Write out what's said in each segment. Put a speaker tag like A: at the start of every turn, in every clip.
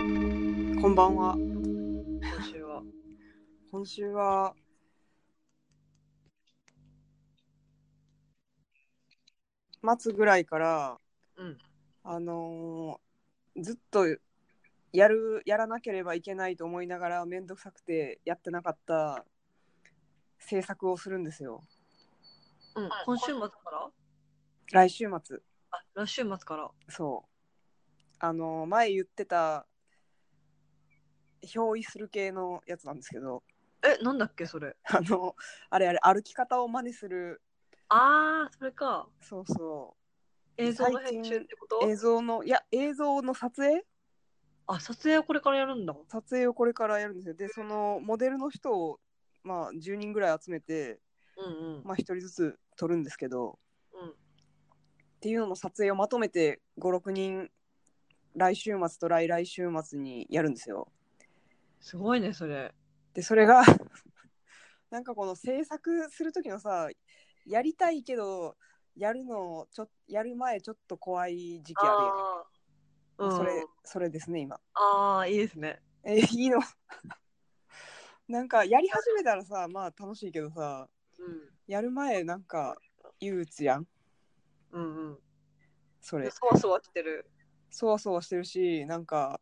A: こんばんは。
B: 今週は。
A: 今週は。末ぐらいから、
B: うん。
A: あのーずっとやるやらなければいけないと思いながら面倒くさくてやってなかった制作をするんですよ
B: うん。今週末から
A: 来週末
B: あ、来週末から。
A: そうあのー前言ってた憑依する系のやつなんですけど
B: え、なんだっけ、それ。
A: あのあれあれ歩き方を真似する
B: あー、それか。
A: そうそ
B: 映像の編集ってこと
A: う映像のいや映像の撮影
B: あ、撮影はこれからやるんだ。
A: 撮影をこれからやるんですよでそのモデルの人をまあ10人ぐらい集めて
B: うんうん。
A: まあ1人ずつ撮るんですけど
B: うん、
A: っていうのの撮影をまとめて56人来週末と来来週末にやるんですよ
B: すごいね、それ。
A: でそれが なんかこの制作する時のさやりたいけどやるのちょやる前ちょっと怖い時期あるやん
B: あーうん、
A: それそれですね今
B: あー、いいですね。
A: えいいの なんかやり始めたらさまあ楽しいけどさ
B: うん。
A: やる前なんか憂鬱やん
B: うんうん。
A: それ
B: そわそわしてる。
A: そわそわしてるしなんか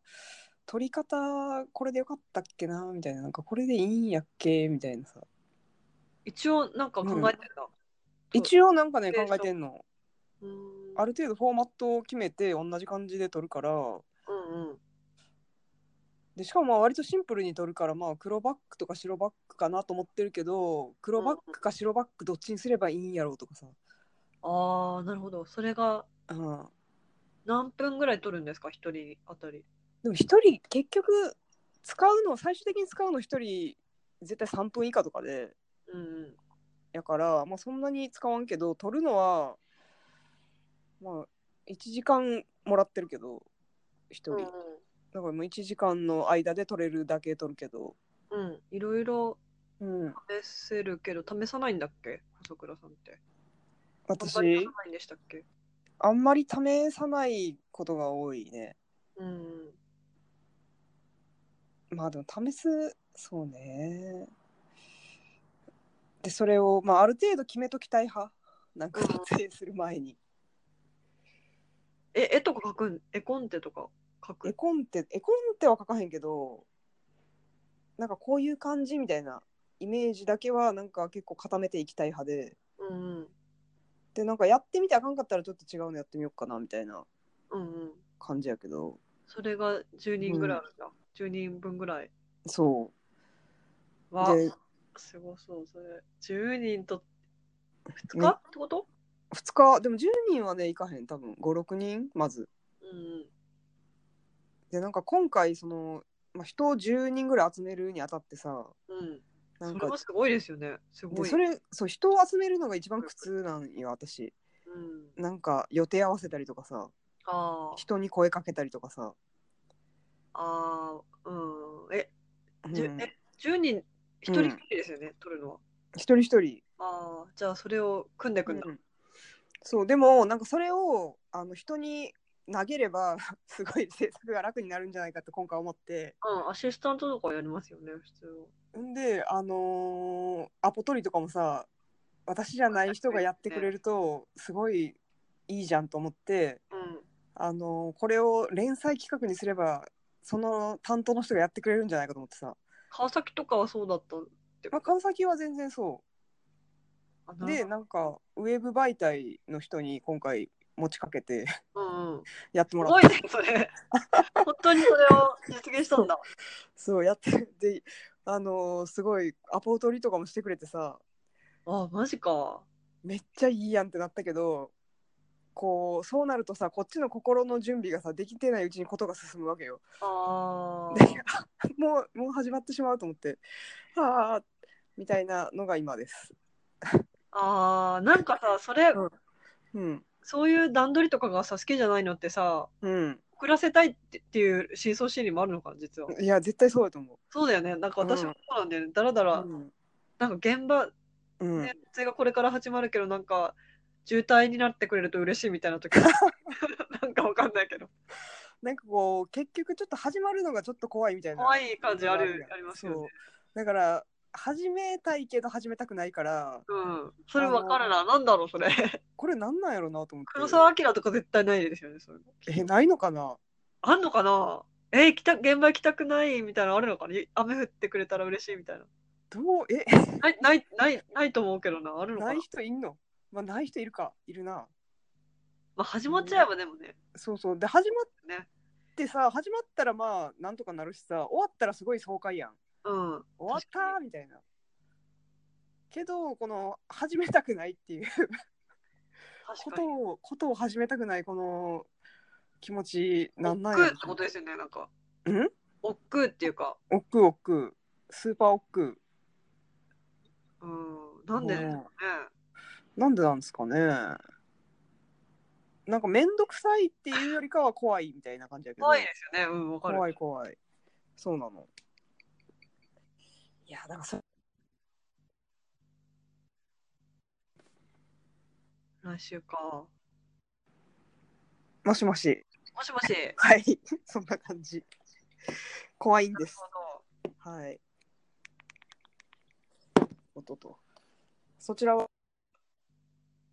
A: 撮り方これでよかったっけなみたいななんかこれでいいんやっけみたいなさ
B: 一応、なんか考えてんだ。
A: 一応なんかね
B: テ
A: 考
B: ンション
A: えてんの
B: うん
A: ある程度フォーマットを決めて同じ感じで撮るから
B: うんうん。
A: でしかもまあ割とシンプルに撮るからまあ黒バックとか白バックかなと思ってるけど黒バックか白バックどっちにすればいいんやろうとかさ、
B: あー、なるほど。それが
A: うん、
B: 何分ぐらい撮るんですか、一人あたり。
A: でも一人結局使うの最終的に使うの一人絶対3分以下とかで
B: うんうん。
A: やから、まあ、そんなに使わんけど取るのはまあ1時間もらってるけど一人、
B: うん
A: だからもう1時間の間で取れるだけ取るけど、
B: うん、うん。いろいろ
A: うん、
B: 試せるけど試さないんだっけ細倉さんって。あんまり
A: 私
B: 試さないんでしたっけ
A: あんまり試さないことが多いね
B: うん。
A: まあでも試すそうねでそれを、まあ、ある程度決めときたい派なんか
B: うん
A: 撮影する前に。
B: え、絵とか描くん絵コンテとか描
A: 絵
B: く
A: コンテ絵コンテは書かへんけどなんかこういう感じみたいなイメージだけはなんか結構固めていきたい派で
B: うんうん。
A: でなんかやってみてあかんかったらちょっと違うのやってみようかなみたいな
B: うんうん。
A: 感じやけど
B: それが10人ぐらいあるんだ。10人分ぐらい。
A: そ
B: わ
A: で、
B: すごそう、それ。10人と2
A: ね
B: 日ってこと
A: う2日でも10人はね行かへん多分56人まず
B: うん
A: でなんか今回その、まあ、人を10人ぐらい集めるにあたってさ
B: うん。う。
A: なんん
B: それも
A: か
B: すごいですよね。す
A: で
B: ごい。
A: それそう人を集めるのが一番苦痛なんよ私
B: うん、
A: なんか予定合わせたりとかさ
B: あー
A: 人に声かけたりとかさ、
B: あー、うん。え、
A: うん、
B: じゅ
A: 一
B: え10人、一人一人ですよね、撮るのは。
A: 人一人
B: ああ、じゃあそれを組んでいくんだ。
A: うんそうでもなんかそれをあの人に投げれば すごい制作が楽になるんじゃないかって今回思って
B: うん、アシスタントとかやりますよね、普通は。
A: んであのーアポ取りとかもさ私じゃない人がやってくれるとすごいいいじゃんと思って、
B: うん。
A: あのーこれを連載企画にすればその担当の人がやってくれるんじゃないかと思ってさ、
B: 川崎とかはそうだったって
A: まあ、
B: こと
A: 川崎は全然そ
B: あ
A: う
B: な
A: で
B: る
A: なんかウェブ媒体の人に今回持ちかけて
B: ほどうんうん。す
A: やってもらった
B: ごいね、そ れ。本当にそれを実現したん だ。
A: そうやって であのーすごいアポ取りとかもしてくれてさ
B: あ、マジか。
A: めっちゃいいやんってなったけどこうそうなるとさこっちの心の準備がさできてないうちにことが進むわけよ
B: あ
A: で
B: ー
A: もうもう始まってしまうと思ってはあみたいなのが今です
B: あー、なんかさ、それ、
A: うんうん
B: そういう段取りとかがさ、好きじゃないのってさ、
A: うん
B: 遅らせたいってっていう真相心理もあるのかな、実は。
A: いや絶対そうだと思
B: そうだよね。なんか私もそうなんだよね。だらだ
A: う
B: ら、なんか現場、
A: うん、うん
B: ね、撮影がこれから始まるけど、なん か、渋滞になってくれると嬉しいみたいな時なんかわかんないけど。
A: なんかこう結局ちょっと始まるのがちょっと怖いみたいな
B: 怖い感じあ
A: の
B: る
A: が、
B: ありますよね。
A: そうだから始めたいけど始めたくないから
B: うん。それ分からな。なんだろう、それ。
A: これなんなんやろなと思
B: 黒
A: っ
B: 沢明とか絶対ないですよね、そういうの。
A: てえないのかな
B: あんのかなえ行きた、現場行きたくないみたいなのあるのかな雨降ってくれたら嬉しいみたいな。
A: どうえ
B: ない、ない、ない、ないと思うけどな。あるのか
A: な
B: ない
A: 人いんのまあない人いるかいるな
B: まあ、始まっちゃえばでもね。
A: そうそうで始まっ
B: ね。
A: てさ始まったらまあなんとかなるしさ終わったらすごい爽快やん
B: うん。
A: 終わったーみたいなけどこの始めたくないっていうこ
B: 確か
A: と
B: に。
A: をことを始めたくないこの気持ちなんなん
B: 億
A: やろ
B: 劫ってことですよね、なんか。
A: ん
B: 億劫っていうか。
A: おっくおっくスーパーおっく
B: うん。なんでだろうね。
A: なんでなんですかねなんか面倒くさいっていうよりかは怖いみたいな感じやけど
B: 怖いですよね。うん、わかる。
A: 怖い怖いそうなのいやだからそ
B: 来週か。
A: もしもし
B: もしもし。
A: はい そんな感じ怖いんです
B: なるほど
A: はい音とそちらは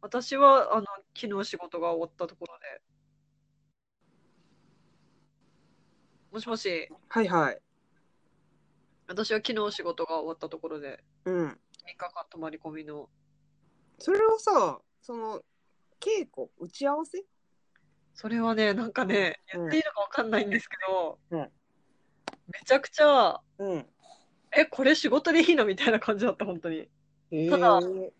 B: 私はあの昨日仕事が終わったところで。もしもし、
A: はいはい
B: 私は昨日仕事が終わったところで、
A: うん
B: 3日間泊まり込みの。
A: それはさその稽古打ち合わせ
B: それはね、なんかね、
A: うん
B: 言っていいのかわかんないんですけど、
A: うん
B: めちゃくちゃ、
A: うん
B: え、これ仕事でいいのみたいな感じだった、本当に。
A: え
B: ただ
A: うん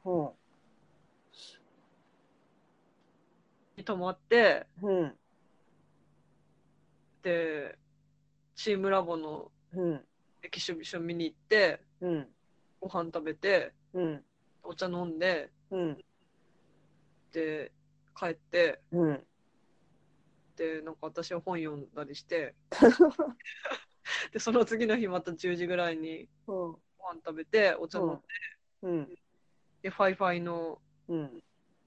B: 泊まって、
A: うん
B: で、チームラボの
A: うん
B: エキシビション見に行って、
A: うん
B: ご飯食べて、
A: うん
B: お茶飲んで、
A: うん
B: で、帰って、
A: うん
B: でなんか私は本読んだりして でその次の日また10時ぐらいに
A: うん
B: ご飯食べてお茶飲んで,、
A: うん
B: でファイファイの
A: うん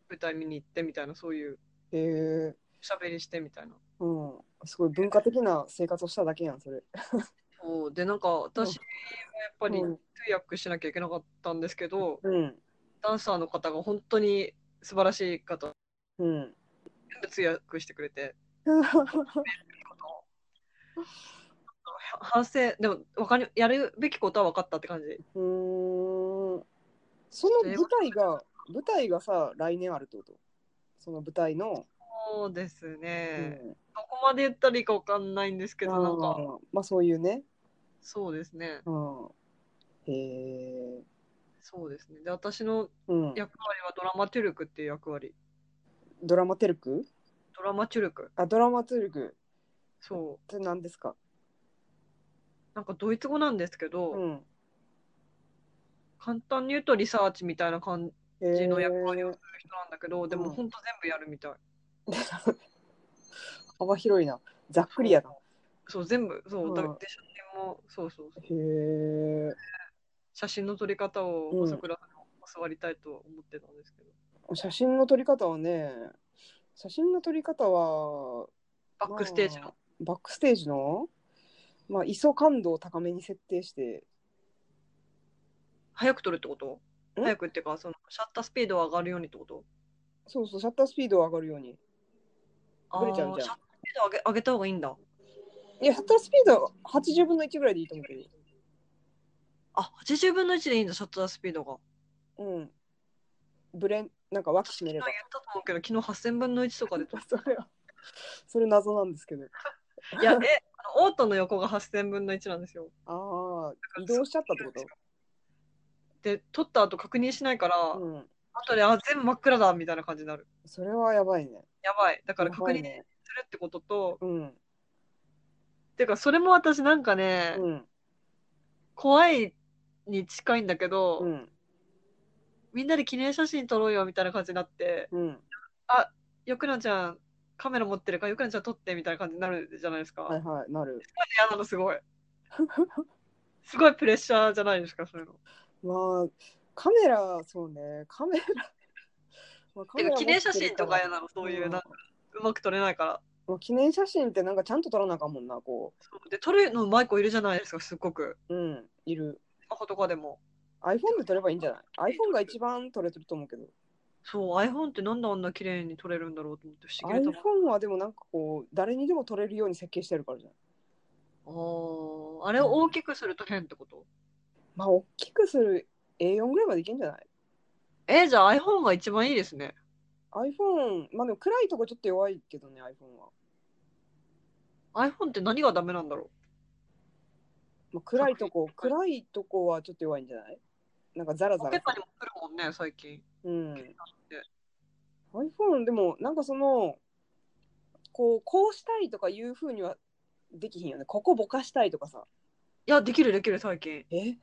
B: 舞台見に行ってみたいなそういう
A: へえ
B: しゃべりしてみたいな
A: うん、すごい文化的な生活をしただけやんそれ。
B: そうでなんか私はやっぱり
A: うん
B: 通訳しなきゃいけなかったんですけど、
A: うん
B: ダンサーの方が本当に素晴らしい方
A: うん。
B: 全部通訳してくれては反省でもわかりやるべきことは分かったって感じ
A: うーんその舞台が舞台がさ来年あるってことその舞台の、
B: そうです
A: う
B: ね、
A: ん
B: どこまで言ったらいいか分かんないんですけどなんか
A: あーまあそういうね、
B: そうですね。
A: うん、へえ、
B: そうですね。で、私の
A: うん、
B: 役割はドラマトゥルクっていう役割。
A: ドラマテルク
B: ドラマトゥルク。
A: あドラマテルク
B: そ
A: って何ですか、
B: う。なんかドイツ語なんですけど、
A: うん
B: 簡単に言うとリサーチみたいな感
A: へー
B: じの役割をする人なんだけど、で
A: う
B: も
A: ん
B: 本当全部やるみたい。
A: 幅広いなざっくりやな。
B: そう、全部、そう、だ
A: うん
B: で写真も、そうそうそう
A: へえ
B: 写真の撮り方を
A: うん
B: 細倉さんに教わりたいと思ってたんですけど、
A: 写真の撮り方はね写真の撮り方は
B: バックステージ
A: まあ
B: の。
A: バックステージの、まあ、ISO 感度を高めに設定して
B: 早く撮るってこと
A: ん
B: 早くっていうか、そのシャッタースピードは上がるようにってこと
A: そうそうシャッタースピードを上がるように
B: あ
A: ブ
B: あ
A: レ
B: ー、
A: ち
B: シ
A: ゃ
B: ャッ
A: う
B: ター
A: じ
B: ス
A: ゃん
B: ピード上げ上げた方がいいんだ。
A: いやシャッタースピードは80分の1ぐらいでいいと思うけ
B: あ、80分の1でいいんだ、シャッタースピードが。
A: どうんブレンなんか脇締めれ
B: 言
A: ば
B: ったと思うけど、昨日8000分の1とかで撮っ
A: それはそれ謎なんですけど
B: た。いや、え、あのオートの横が8000分の1なんですよ。
A: ああ移動しちゃったってこ
B: で、撮った後確認しないから、
A: とうん
B: 後で、あ、全部真っ暗だみたいな感じになる。
A: それはやばいね
B: やばい。だから
A: や
B: 確
A: ば
B: 認
A: い
B: する
A: ね
B: ってことと、
A: うん
B: てか、それも私なんかね、
A: うん
B: 怖いに近いんだけど、
A: うん
B: みんなで記念写真撮ろうよみたいな感じになって、
A: うん
B: よくなちゃん、カメラ持ってるから、よくなちゃん撮ってみたいな感じになるじゃないですか。
A: はいはいなる
B: 嫌なの、すご い。すごいプレッシャーじゃないですか、そういうの。
A: まあカメラそうねカメラ、まあ、カ
B: て
A: メラ
B: か、
A: 持ってる
B: 記念写真とかやなの、そういう、なんかうまく撮れないから。
A: まあ記念写真ってなんかちゃんと撮らなあかんもんな、こ
B: そうで撮るのうまい子いるじゃないですかすっごく
A: う。うん、いる。
B: スマホとかでも
A: iPhone で撮ればいいんじゃない ?iPhone が一番撮れてると思うけど。
B: そう iPhone ってなんであんな綺麗に撮れるんだろうと思って不思議なと
A: iPhone はでもなんかこう、誰にでも撮れるように設計してるからじゃん。
B: こあーあれを大きくすると変ってこと
A: まあ、大きくする A4 ぐらいまでいけんじゃない
B: えじゃあ iPhone が一番いいですね
A: ?iPhone、まあでも暗いとこちょっと弱いけどね、iPhone は。
B: iPhone って何がダメなんだろ
A: まあ、暗いとこ、暗いとこはちょっと弱いんじゃないなんかザラ
B: うポ
A: ザ
B: ケ
A: ラ
B: ッ。トにも来るもんね最近
A: うん。iPhone でもなんかそのこうこうしたいとかいうふうにはできひんよねここぼかしたいとかさ
B: いやできるできる最近
A: え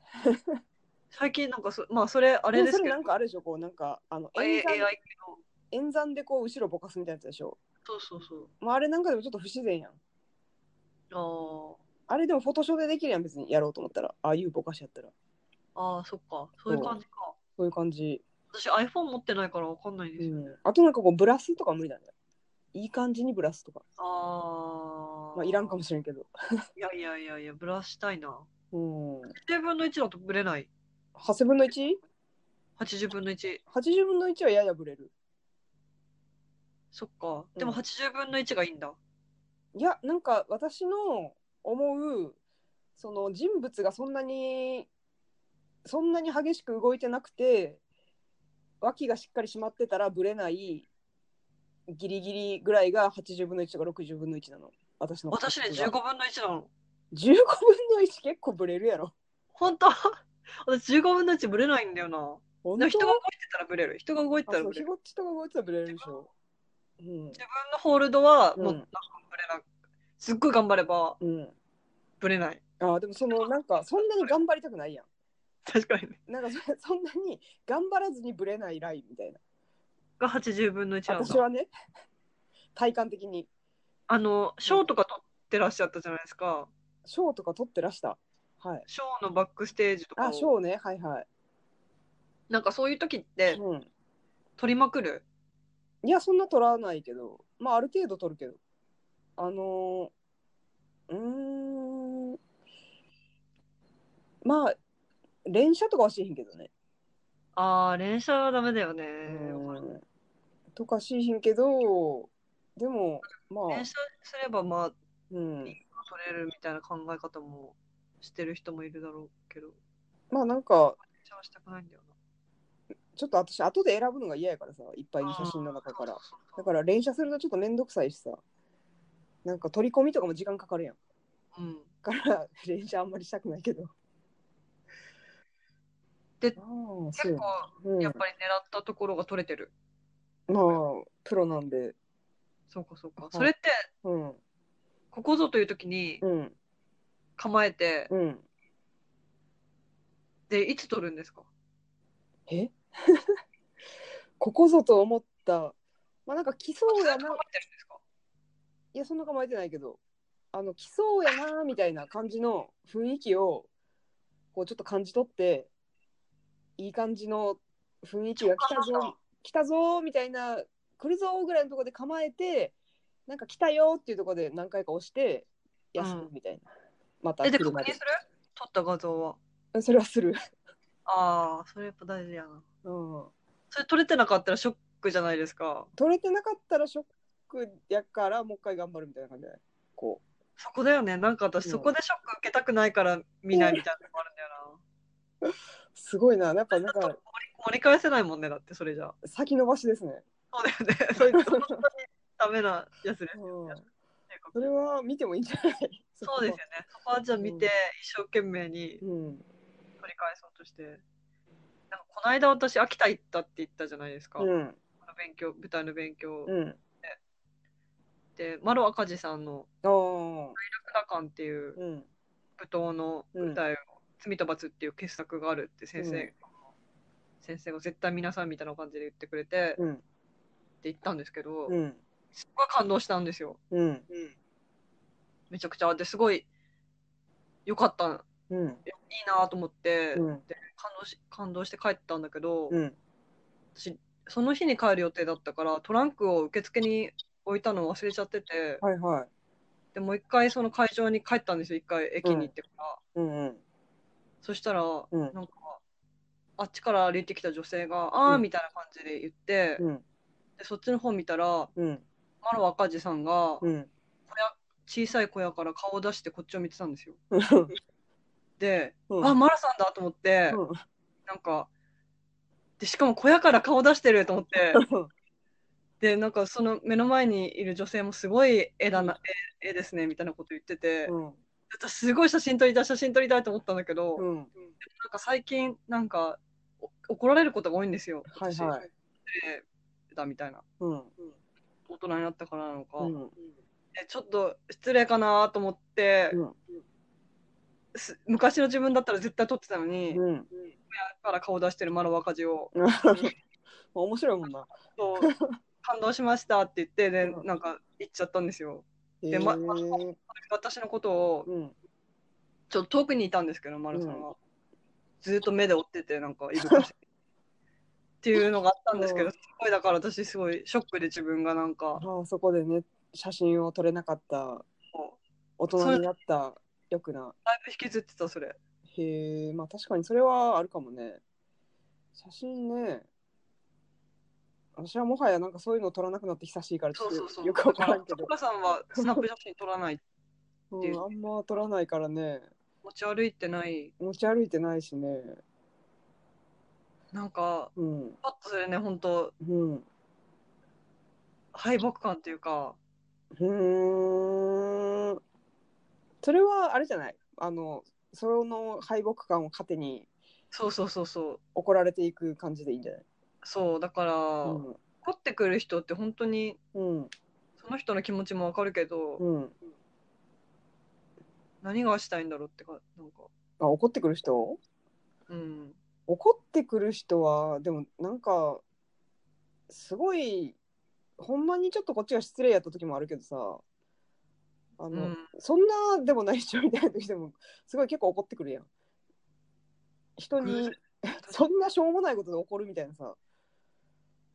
B: 最近なんかそまあそれあ
A: あ
B: れ
A: れ
B: です
A: それ
B: けど
A: なんかあるでしょこうなんかあの演
B: A- AI 系
A: 算
B: の
A: 演算でこう後ろぼかすみたいなやつでしょ、
B: そうそうそう
A: まあ、あれなんかでもちょっと不自然やん
B: あ
A: あれでもフォトショーでできるやん別にやろうと思ったらああいうぼかしやったら
B: ーあーそっかそういう感じか
A: そういう感じ、
B: 私 iPhone 持ってないからわかんないん
A: う
B: ですよ、
A: ん、あとなんかこうブラスとか無理なんだよいい感じにブラスとか、
B: ああ
A: まあ、いらんかもしれんけど
B: いやいやいやいやブラしたいな
A: うん
B: 10分の1だとブレない
A: 8分の 1?80
B: 80分の1
A: 分の1はややブレる
B: そっかでも
A: うん
B: 80分の1がいいんだ、
A: いやなんか私の思うその人物がそんなにそんなに激しく動いてなくて脇がしっかり締まってたらぶれないギリギリぐらいが80分の1とか60分の1なの私の感
B: 私
A: 覚
B: ね
A: が
B: 15分の1なの
A: 15分の1結構ぶれるやろ
B: 本当 私15分の1ブレないんだよな
A: 本
B: で
A: 当
B: も人が動いてたらブレる人が動いて
A: あ
B: たら
A: そう
B: ブ
A: 日
B: レる
A: ごっちとか動いてたらぶれるでしょ、うん
B: 自分のホールドはもう
A: うん
B: なんかブレなくすっごい頑張れば
A: うん、
B: ブレない
A: あでもそのなんかそんなに頑張りたくないや
B: 確かにね
A: んなんかそそんなに頑張らずにぶれないラインみたいな
B: が80分の1なん
A: 私
B: だ
A: はね体感的に
B: あのショーとか撮ってらっしゃったじゃないですか
A: ショーとか撮ってらしたはい
B: ショーのバックステージとかを
A: あショーねはいはい、
B: なんかそういう時って
A: うん、
B: 撮りまくる
A: いやそんな撮らないけどまあある程度撮るけどあのーうーんまあ連写とかはしへんけどね、
B: ああ連写はダメだよね
A: うんとかしへんけどでもまあ
B: 連写すればまあ
A: うん
B: 撮れるみたいな考え方もしてる人もいるだろうけど
A: まあなんか
B: 連写はしたくないんだよな
A: ちょっと私後で選ぶのが嫌やからさいっぱいいい写真の中から
B: あーそうそうそ
A: だ
B: う
A: から連写するとちょっと面倒くさいしさなんか取り込みとかも時間かかるやん
B: うん
A: だから連写あんまりしたくないけど
B: で
A: ああそう
B: 結
A: や
B: 構
A: うん
B: やっぱり狙ったところが撮れてる
A: まあプロなんで
B: そうかそうか
A: い
B: それって
A: うん
B: ここぞという時に
A: うん
B: 構えて
A: うん
B: でいつ撮るんですか
A: え ここぞと思ったまあなんか来そうやな
B: 構えてるんですか
A: いやそんな構えてないけどあの来そうやなみたいな感じの雰囲気をこうちょっと感じ取っていい感じの雰囲気が来た
B: 直感なん
A: ぞ来たぞみたいな来るぞぐらいのところで構えてなんか来たよっていうところで何回か押して休むみたいな、また
B: えで
A: 来る
B: 確
A: ま
B: 認
A: です
B: る撮った画像は
A: それはする、
B: ああそれやっぱ大事やな
A: うん、
B: それ撮れてなかったらショックじゃないですか
A: 取れてなかったらショックやからもう一回頑張るみたいな感じじゃないこ
B: そこだよねなんか私
A: うん
B: そこでショック受けたくないから見ないみたいなのもあるんだよ
A: うすごいなやっぱなん
B: なちょっ
A: か
B: と盛り返せないもんねだってそれじゃ
A: 先延ばしですね、
B: そうだよねそういう本当にダメなやつですよ
A: う
B: ね
A: ん、それは見てもいいんじゃない
B: そうですよねそこはじゃあ見て
A: うん
B: 一生懸命に
A: うん
B: 取り返そうとしてなんかこの間私秋田行ったって言ったじゃないですか、
A: う
B: あの
A: ん
B: 勉強舞台の勉強、
A: うん
B: でマロ赤字さんの
A: ああ
B: 「ラクダ館」っていう
A: うん
B: 舞踏の舞台を「罪と罰」っていう傑作があるって先生、
A: うん
B: 先生が絶対皆さんみたいな感じで言ってくれて、
A: う
B: って
A: ん
B: 言ったんですけど、
A: うん
B: すっごい感動したんですよ、
A: うん
B: めちゃくちゃですごい良かったい
A: うん
B: いなと思って、
A: うん
B: 感動し感動して帰ったんだけど、
A: うん
B: 私その日に帰る予定だったからトランクを受付に置いたのを忘れちゃってて、
A: はいはい。
B: でもう一回その会場に帰ったんですよ、一回駅に行ってから。
A: うんうん。
B: そしたら、
A: うん
B: なんか、あっちから歩いてきた女性が、あー
A: うん
B: みたいな感じで言って、
A: うん
B: でそっちの方見たら、
A: うん
B: マロ赤字さんが、
A: うん。
B: 小さい小屋から顔を出してこっちを見てたんですよ。
A: うん
B: で、
A: うん
B: あ、マラさんだと思って、なんか、で、しかも小屋から顔出してると思って、で、なんかその目の前にいる女性もすごい絵だな、絵絵ですね、みたいなこと言ってて、
A: うん
B: 私すごい写真撮りたい、写真撮りたいと思ったんだけど、なん
A: うん。
B: か最近、なんか、お怒られることが多いんですよ。
A: はいはい
B: 私。絵だみたいな。
A: うん
B: 大人になったからなのか。
A: うん
B: でちょっと失礼かなと思って、
A: うん
B: す昔の自分だったら絶対撮ってたのに、だ
A: うん。
B: から顔出してるマロ若字を、
A: 面白いもんな。
B: そう感動しましたって言って、で、
A: うん
B: なんか行っちゃったんですよ。
A: へ
B: ま
A: ー
B: 私のことを
A: うん。
B: ちょっと遠くにいたんですけど、丸さんは。ずっと目で追ってて、なんか、いぶかしっていうのがあったんですけ
A: う
B: ど、
A: ん
B: すごいだから私、すごいショックで自分がなんか、
A: ああそこでね写真を撮れなかった
B: もう
A: 大人になったよくな
B: だいぶ引きずってた、それ。
A: へえまあ確かにそれはあるかもね写真ね私はもはやなんかそういうの撮らなくなって久しいからちょ
B: そうそう
A: っ
B: そ
A: と
B: う。
A: よくわからんけ
B: だら
A: ど
B: お、母さんはスナップ写真撮らない、
A: う、
B: ていうん
A: あんま撮らないからね
B: 持ち歩いてない、
A: 持ち歩いてないしね
B: なんか、
A: うん
B: パッとそれね、本当
A: うん
B: 敗北感っていうか、
A: ふーんそれはあれじゃないあのその敗北感を糧に
B: そうそうそうそう。
A: 怒られていく感じでいいんじゃない
B: そう、だから、怒ってくる人って本当に、
A: うんうん
B: その人の気持ちもわかるけど、
A: うん
B: 何がしたいんだろうってか、なんか、
A: あ怒ってくる人
B: うん。
A: 怒ってくる人はでもなんかすごいほんまにちょっとこっちが失礼やった時もあるけどさあの、
B: うん
A: そんなでもない人みたいな時でもすごい結構怒ってくるやん人に そんなしょうもないことで怒るみたいなさ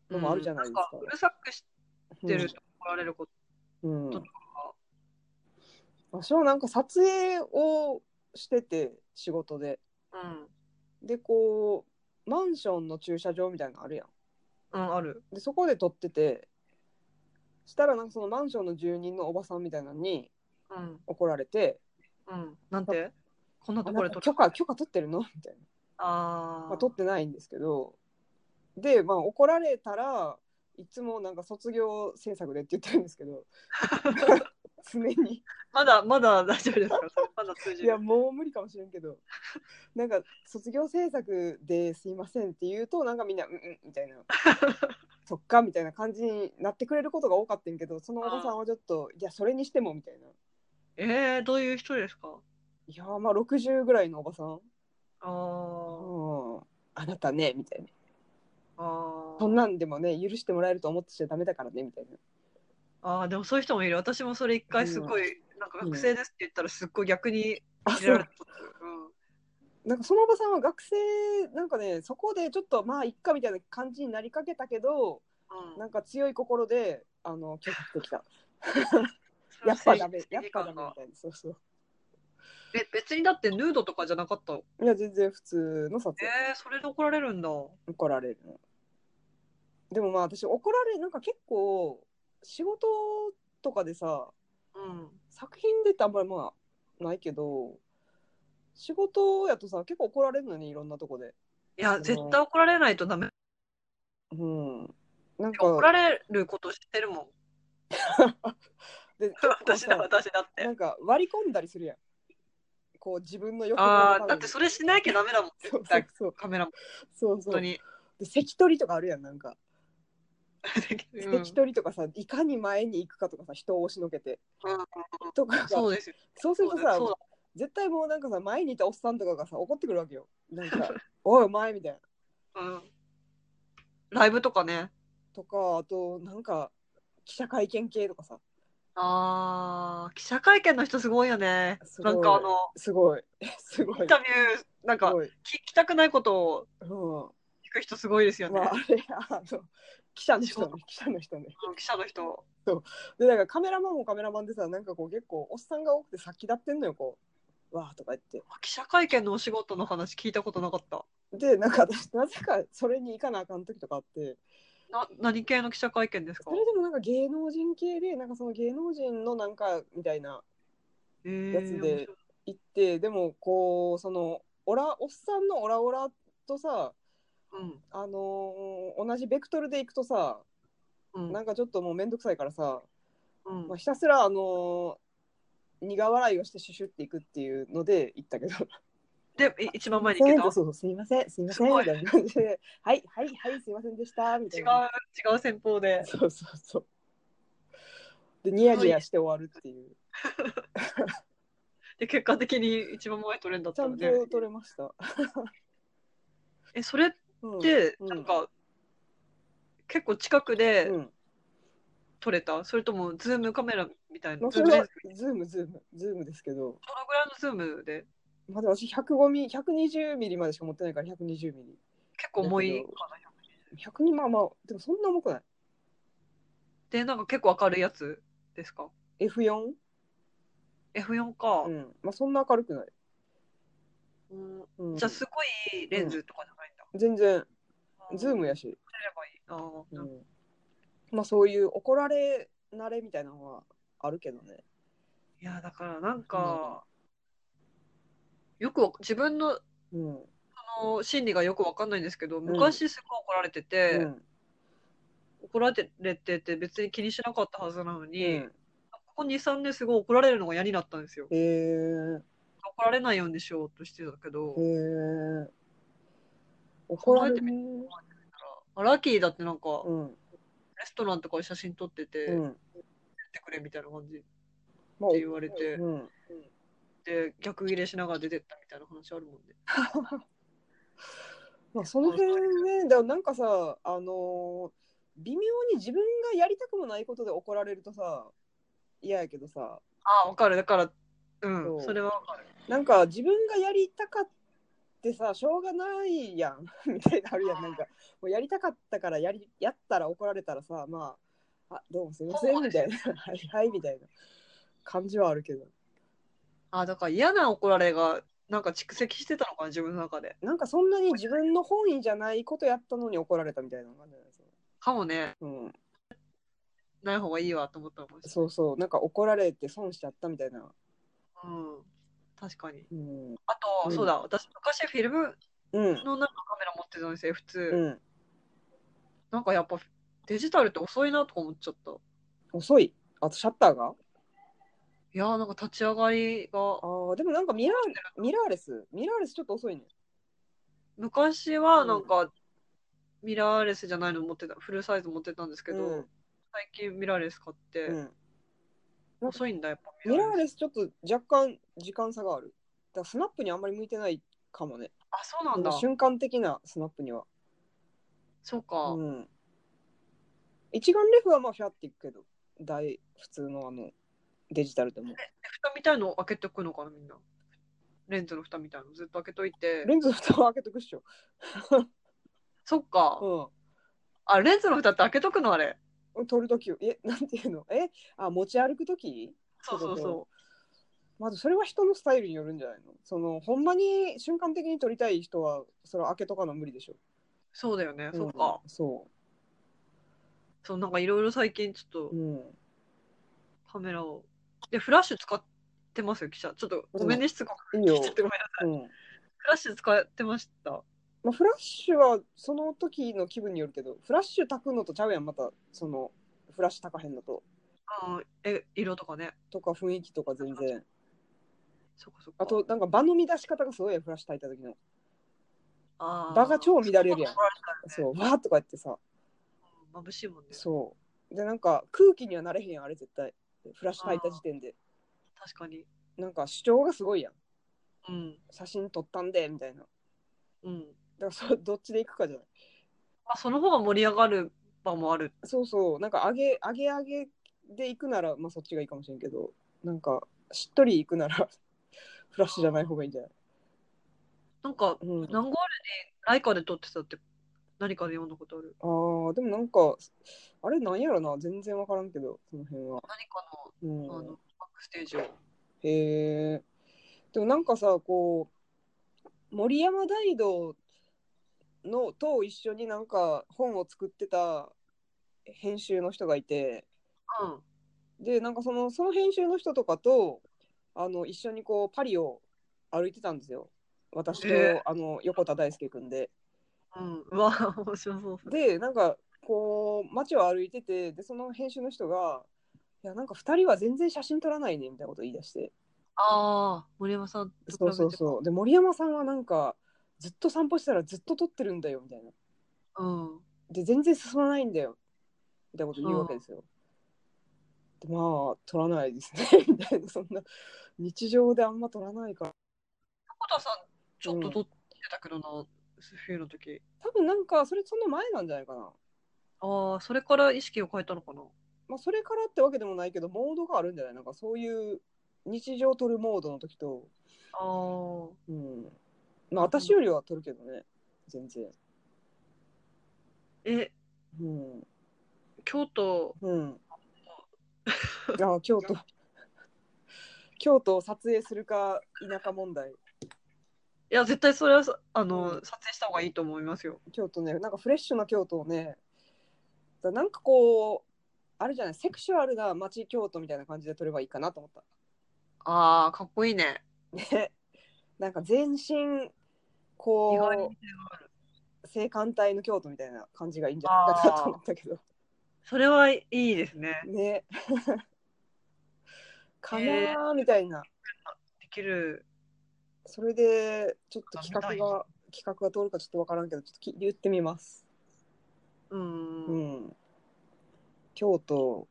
A: のもあるじゃないですか
B: うん、なんかうるさくしてると怒られること、
A: うん
B: とか
A: 私はなんか撮影をしてて仕事で
B: うん、
A: でこうマンションの駐車場みたいなのあるやん
B: うん、ある。
A: でそこで撮っててしたらなんかそのマンションの住人のおばさんみたいなのに
B: うん、
A: 怒られて
B: うん、なんてこん
A: 「
B: な
A: あ
B: と
A: な
B: こ
A: んか
B: ろで
A: 許
B: 撮る。
A: 可許可取ってるの?」みたいな、
B: あー、
A: まあ、取ってないんですけどで、まあ、怒られたらいつもなんか卒業制作でって言ってるんですけ ど常に
B: まだ、まだ大丈夫ですか それまだ通じ
A: い
B: る。
A: やもう無理かもしれんけどなんか卒業制作ですいませんって言うとなんかみんな「うんうん」みた いな「そっか」みたいな感じになってくれることが多かったんやけどそのおばさんはちょっと「いやそれにしても」みたいな。
B: えー、どういう人ですか
A: いやーまあ60ぐらいのおばさん、
B: あー、
A: うん、あなたねみたいな
B: あ
A: そん
B: ー、
A: なんでもね許してもらえると思ってちゃダメだからねみたいな
B: あー、でもそういう人もいる。私もそれ一回すごい、なんか学生ですって言ったらすっごい逆に
A: あ
B: いら
A: そ
B: れ
A: う
B: たことある。うん
A: なんかそのおばさんは学生なんかねそこでちょっとまあいっかみたいな感じになりかけたけど
B: うん
A: なんか強い心であの拒否して きた
B: それ
A: や
B: は
A: っ
B: 正
A: ぱ
B: 義
A: ダメやっぱダメみ
B: 正義感が
A: たいなそうそう
B: え別にだってヌードとかじゃなかったの
A: いや全然普通の撮影
B: えー、それで怒られるんだ。
A: 怒られるのでもまあ私怒られなんか結構仕事とかでさ
B: うん。
A: 作品でってあんまりまあないけど仕事やとさ結構怒られるのにいろんなとこで
B: いや、
A: の
B: 絶対怒られないとダメ。
A: うんなん
B: 怒
A: か
B: られること知ってるもん。
A: で
B: 私だ、私だって
A: な。んか割り込んだりするやんこう自分の欲
B: ああ、だ
A: た
B: っ
A: め
B: て
A: に
B: それしなきゃダメだもん。
A: そうそ
B: 絶対
A: うそう
B: カメラも
A: そう
B: 本
A: そ
B: 当
A: う
B: に。
A: で関取りとかあるやんなんか、
B: うん
A: 関取りとかさいかに前に行くかとかさ人を押しのけてとかが
B: そうですよ。
A: そうす
B: そ
A: ると
B: うだ。
A: さ
B: そうだ
A: 絶対もうなんかさ前にいたおっさんとかがさ怒ってくるわけよなん か「おいお前」みたいな
B: うんライブとかね。
A: とかあとなんか記者会見系とかさ
B: ああ、記者会見の人すごいよね。
A: すご
B: ないんかあの、
A: すごい すご
B: イ
A: い
B: ンタビュー、なん
A: す
B: か
A: ごい、
B: 聞きたくないことを
A: うん、
B: 行く人すごいですよね
A: まあ、。あれあの記者の人ね記者の人ね
B: うん記者の人。
A: でなんかカメラマンもカメラマンでさなんかこう結構おっさんが多くて先立ってんのよこうわーとか言って
B: 記者会見のお仕事の話聞いたことなかった。
A: でなんか私なぜかそれに行かなあかん時とかあって
B: な何系の記者会見ですか
A: それでもなんか芸能人系でなんかその芸能人のなんかみたいな
B: えー
A: やつで
B: 面白い
A: 行ってでもこうそのオラおっさんのオラオラとさ
B: うん
A: あのー同じベクトルで行くとさ
B: うん
A: なんかちょっともうめんどくさいからさ、
B: うん
A: まあ、ひたすらあのー苦笑いをしてシュシュっていくっていうので行ったけど
B: でい一番前に
A: そ
B: 行け
A: う
B: た
A: そうそうすいませんすいません
B: すご
A: み
B: い
A: たいな感じではいはいはいすいませんでしたみた
B: 違
A: いうな
B: 違う戦法で
A: そうそうそうでニヤニヤして終わるっていう
B: で結果的に一番前取れんだっ
A: ちゃ
B: た
A: ん
B: の
A: と
B: で、
A: 取れました、
B: えそれっ
A: うん、
B: て
A: うん
B: なんか、結構近くで
A: うん
B: 撮れた、それともズームカメラみたい
A: ま
B: な
A: あ
B: ズ
A: そ
B: ーム
A: れ
B: レン
A: は
B: ズ
A: ズームズームズームですけど、
B: どのぐらいのズームで
A: まあ、でも私105ミリ120ミリまでしか持ってないから120ミリ
B: 結構重いかな
A: 100にまあまあでもそんな重くない
B: でなんか結構明るいやつですか
A: F4
B: F4 か
A: う、んまあそんな明るくない、
B: うん
A: うん、
B: じゃあすごいいいレンズとかじゃないんだ、
A: 全然ズー
B: ム
A: ムやし、
B: ればいいあー
A: う
B: なんんか
A: まあそういう怒られ慣れみたいなのはあるけどね
B: いやだからなんか、よくわ自分の
A: うん
B: あの心理がよくわかんないんですけど昔すごい怒られてて、
A: うん
B: 怒られてて別に気にしなかったはずなの
A: う
B: に、
A: ん
B: ここ23年すごい怒られるのが嫌になったんですよ
A: へえ
B: 怒られないようにしようとしてたけど、
A: へえ怒られるね
B: ラッキーだってなんか、
A: う
B: レ
A: ん
B: ストランとかで写真撮ってて、
A: う
B: 撮っ
A: ん
B: てくれみたいな感じっ
A: まあ
B: て言われて、
A: うん
B: で逆入れしながら出てったみたいな話あるもんね
A: まあその辺ねだからなんかさあのー微妙に自分がやりたくもないことで怒られるとさ嫌やけどさ
B: ああわかるだからうん
A: そう
B: それはわかる
A: なんか自分がやりたかってさしょうがないやん みたいなのあるやんなんかもうやりたかったからやりやったら怒られたらさまああどうもすいませんみたいな はいはいみたいな感じはあるけど
B: あだから嫌な怒られがなんか蓄積してたのかな自分の中で
A: なんかそんなに自分の本意じゃないことやったのに怒られたみたいな感じなんですよ、
B: かもね
A: うん、
B: ない方がいいわと思ったのかもしれない
A: そうそうなんか怒られて損しちゃったみたいな
B: うん、確かに。
A: うん
B: あと、
A: うん
B: そうだ、私、昔フィルム
A: うん
B: のなんかカメラ持ってたんですよ、普通。
A: うん
B: なんかやっぱデジタルって遅いなとか思っちゃった。い
A: 遅いあとシャッターが
B: やー、なんか立ち上がりが
A: あ。ーでもなんかミラーミラーレスミラーレスちょっと遅いね
B: 昔はなんかミラーレスじゃないの持ってた、フルサイズ持ってたんですけど、
A: うん
B: 最近ミラーレス買って、
A: うん
B: 遅いんだ、やっぱ
A: ミラー
B: ス。
A: レスちょっと若干時間差がある。だからスナップにあんまり向いてないかもね。
B: あ、そうなんだ。
A: 瞬間的なスナップには。
B: そうか。
A: うん。一眼レフはまあひゃっていくけど、大普通のあのデジタルでも。
B: 蓋みたいの開けておくのかな、みんな。レンズの蓋みたいのずっと開けといて。
A: レンズの蓋は開けとくっしょ。
B: そっか、あ、レンズの蓋って開けとくのあれ。
A: うん。撮るとき、え、なんていうのえ、あ、持ち歩くとき
B: そうそ
A: そ
B: う
A: う
B: そう。
A: まずそれは人のスタイルによるんじゃないのその、ほんまに瞬間的に撮りたい人は、それは開けとかの無理でしょ。
B: そうだよね、そっ
A: ん
B: か。。
A: そ
B: そう、なんかいろいろ最近ちょっ
A: う。うん。
B: とカメラを。で、フラッシュ使ってますよ、記者。ちょっとごめんね、しつこく。
A: いい
B: ちょ
A: よ
B: っ。とごめんなさい。
A: うん。
B: フラッシュ使ってました。
A: まあ、フラッシュはその時の気分によるけどフラッシュ炊くのとちゃうやんまたそのフラッシュ炊かへんのと
B: うん、え、色とかね。
A: とか雰囲気とか全然
B: そっかそっか。
A: あと、なんか場の乱し方がすごいやんフラッシュ炊いた時の
B: あー
A: 場が超乱れるやん
B: 怒られたよね
A: そうわーとか言ってさ
B: うん眩しいもんね。
A: そうでなんか空気にはなれへんやんあれ絶対フラッシュ炊いた時点で
B: 確かに。
A: なんか主張がすごいやん
B: うん。
A: 写真撮ったんでみたいなだ
B: うん。
A: からそれどっちで行くかじゃない
B: まあ、その方が盛り上がる場もある。
A: そうそうなんか上げ上げ上げで行くなら、まあ、そっちがいいかもしれんけどなんかしっとり行くなら フラッシュじゃない方がいいんじゃない
B: なんか、
A: うん、
B: 何号あれにライカで撮ってたって何かで読んだことある。
A: あーでもなんかあれなんやろな全然わからんけどその辺は、
B: 何か
A: う
B: の、あの、
A: ん、
B: バックステージを。
A: へえでもなんかさこう森山大道のと一緒になんか本を作ってた編集の人がいて
B: うん。
A: でなんかそのその編集の人とかとあの一緒にこうパリを歩いてたんですよ私と、
B: へ
A: あの横田大輔君で。
B: うん、うわあ、面白そう。
A: でなんかこう街を歩いててでその編集の人が「いやなんか2人は全然写真撮らないね」みたいなこと言い出して
B: ああ、森山さんと比べて。
A: そうそうそうで森山さんはなんかずっと散歩してたらずっと撮ってるんだよみたいな
B: うん。
A: で全然進まないんだよみたいなこと言うわけですよ。でまあ撮らないですね みたいなそんな日常であんま撮らないから
B: 横田さん、ちょっと撮ってたけどな、冬の時。
A: 多分なんかそれその前なんじゃないかな。
B: ああ、それから意識を変えたのかな。
A: まあ、それからってわけでもないけどモードがあるんじゃないなんかそういう日常撮るモードの時と
B: ああ。
A: うん。まあ、私よりは取るけどね、全然。
B: え、
A: うん。
B: 京都、
A: うん。あ、京都。京都を撮影するか田舎問題。
B: いや、絶対それはさ、あの、
A: うん
B: 撮影した方がいいと思いますよ。
A: 京都ね、なんかフレッシュな京都をね、だなんかこう、あれじゃない、セクシュアルな街京都みたいな感じで撮ればいいかなと思っ
B: ああ、かっこいいね。
A: た。ね。なんか全身、
B: 意外に
A: こ
B: 似てるのある
A: う、性感帯の京都みたいな感じがいいんじゃないかなと思ったけど。
B: それはいいですね。
A: ね。かな
B: え
A: ーみたいな。
B: できる。
A: それでちょっと企画
B: あ見たい
A: が企画が通るかちょっとわからんけどちょっとき言ってみます。
B: う。
A: うんん。京都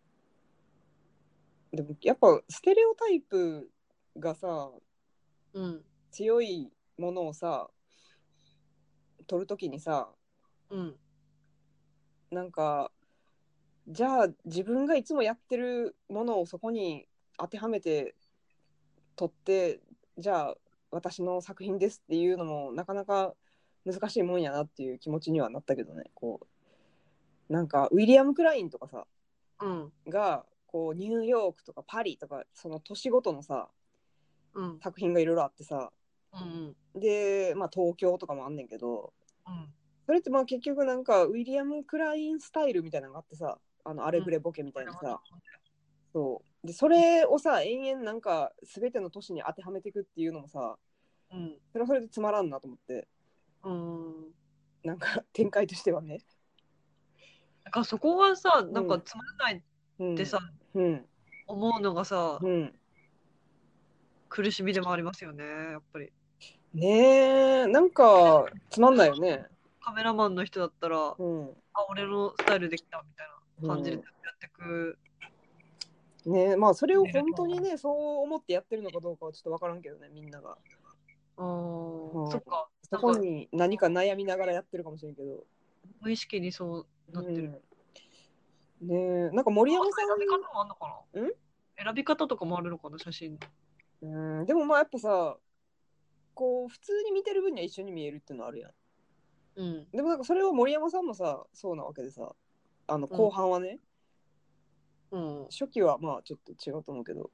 A: でもやっぱステレオタイプがさ
B: うん。
A: 強いものをさ撮るときにさ
B: うん。
A: なんかじゃあ自分がいつもやってるものをそこに当てはめて撮ってじゃあ私の作品ですっていうのもなかなか難しいもんやなっていう気持ちにはなったけどねこうなんかウィリアム・クラインとかさ
B: うん。
A: がこうニューヨークとかパリとかその年ごとのさ
B: うん。
A: 作品がいろいろあってさ
B: うん。
A: で、まあ、東京とかもあんねんけど
B: うん。
A: それってまあ結局なんかウィリアム・クラインスタイルみたいなのがあってさあのアレグレボケみたいなさ、そうでそれをさ延々なんか全ての都市に当てはめていくっていうのもさ
B: うん。
A: それはそれでつまらんなと思って
B: うん。
A: なんか 展開としてはね。
B: なんかそこがさ、なんかつまらない
A: うん、
B: ってさ、
A: うん
B: 思うのがさ、
A: うん、
B: 苦しみでもありますよね、やっぱり。
A: ねえなんかつまんないよね。
B: カメラマンの人だったら、
A: うん
B: あ、俺のスタイルできたみたいな感じで
A: う
B: やってく。
A: んねえまあそれを本当にねそう思ってやってるのかどうかはちょっと分からんけどねみんなが
B: あー
A: うん
B: そっか。
A: そこに何か悩みながらやってるかもしれんけど、
B: 無意識にそうなって
A: う
B: る。
A: んねえなんか森山さん
B: 選び方もあるのかな
A: うん
B: 選び方とかもあるのかな写真。
A: うんでもまあやっぱさこう普通に見てる分には一緒に見えるっていうのはあるやん
B: うん。
A: でもなんかそれを森山さんもさそうなわけでさあの後半はね、
B: うん。
A: 初期はまあちょっと違うと思うけど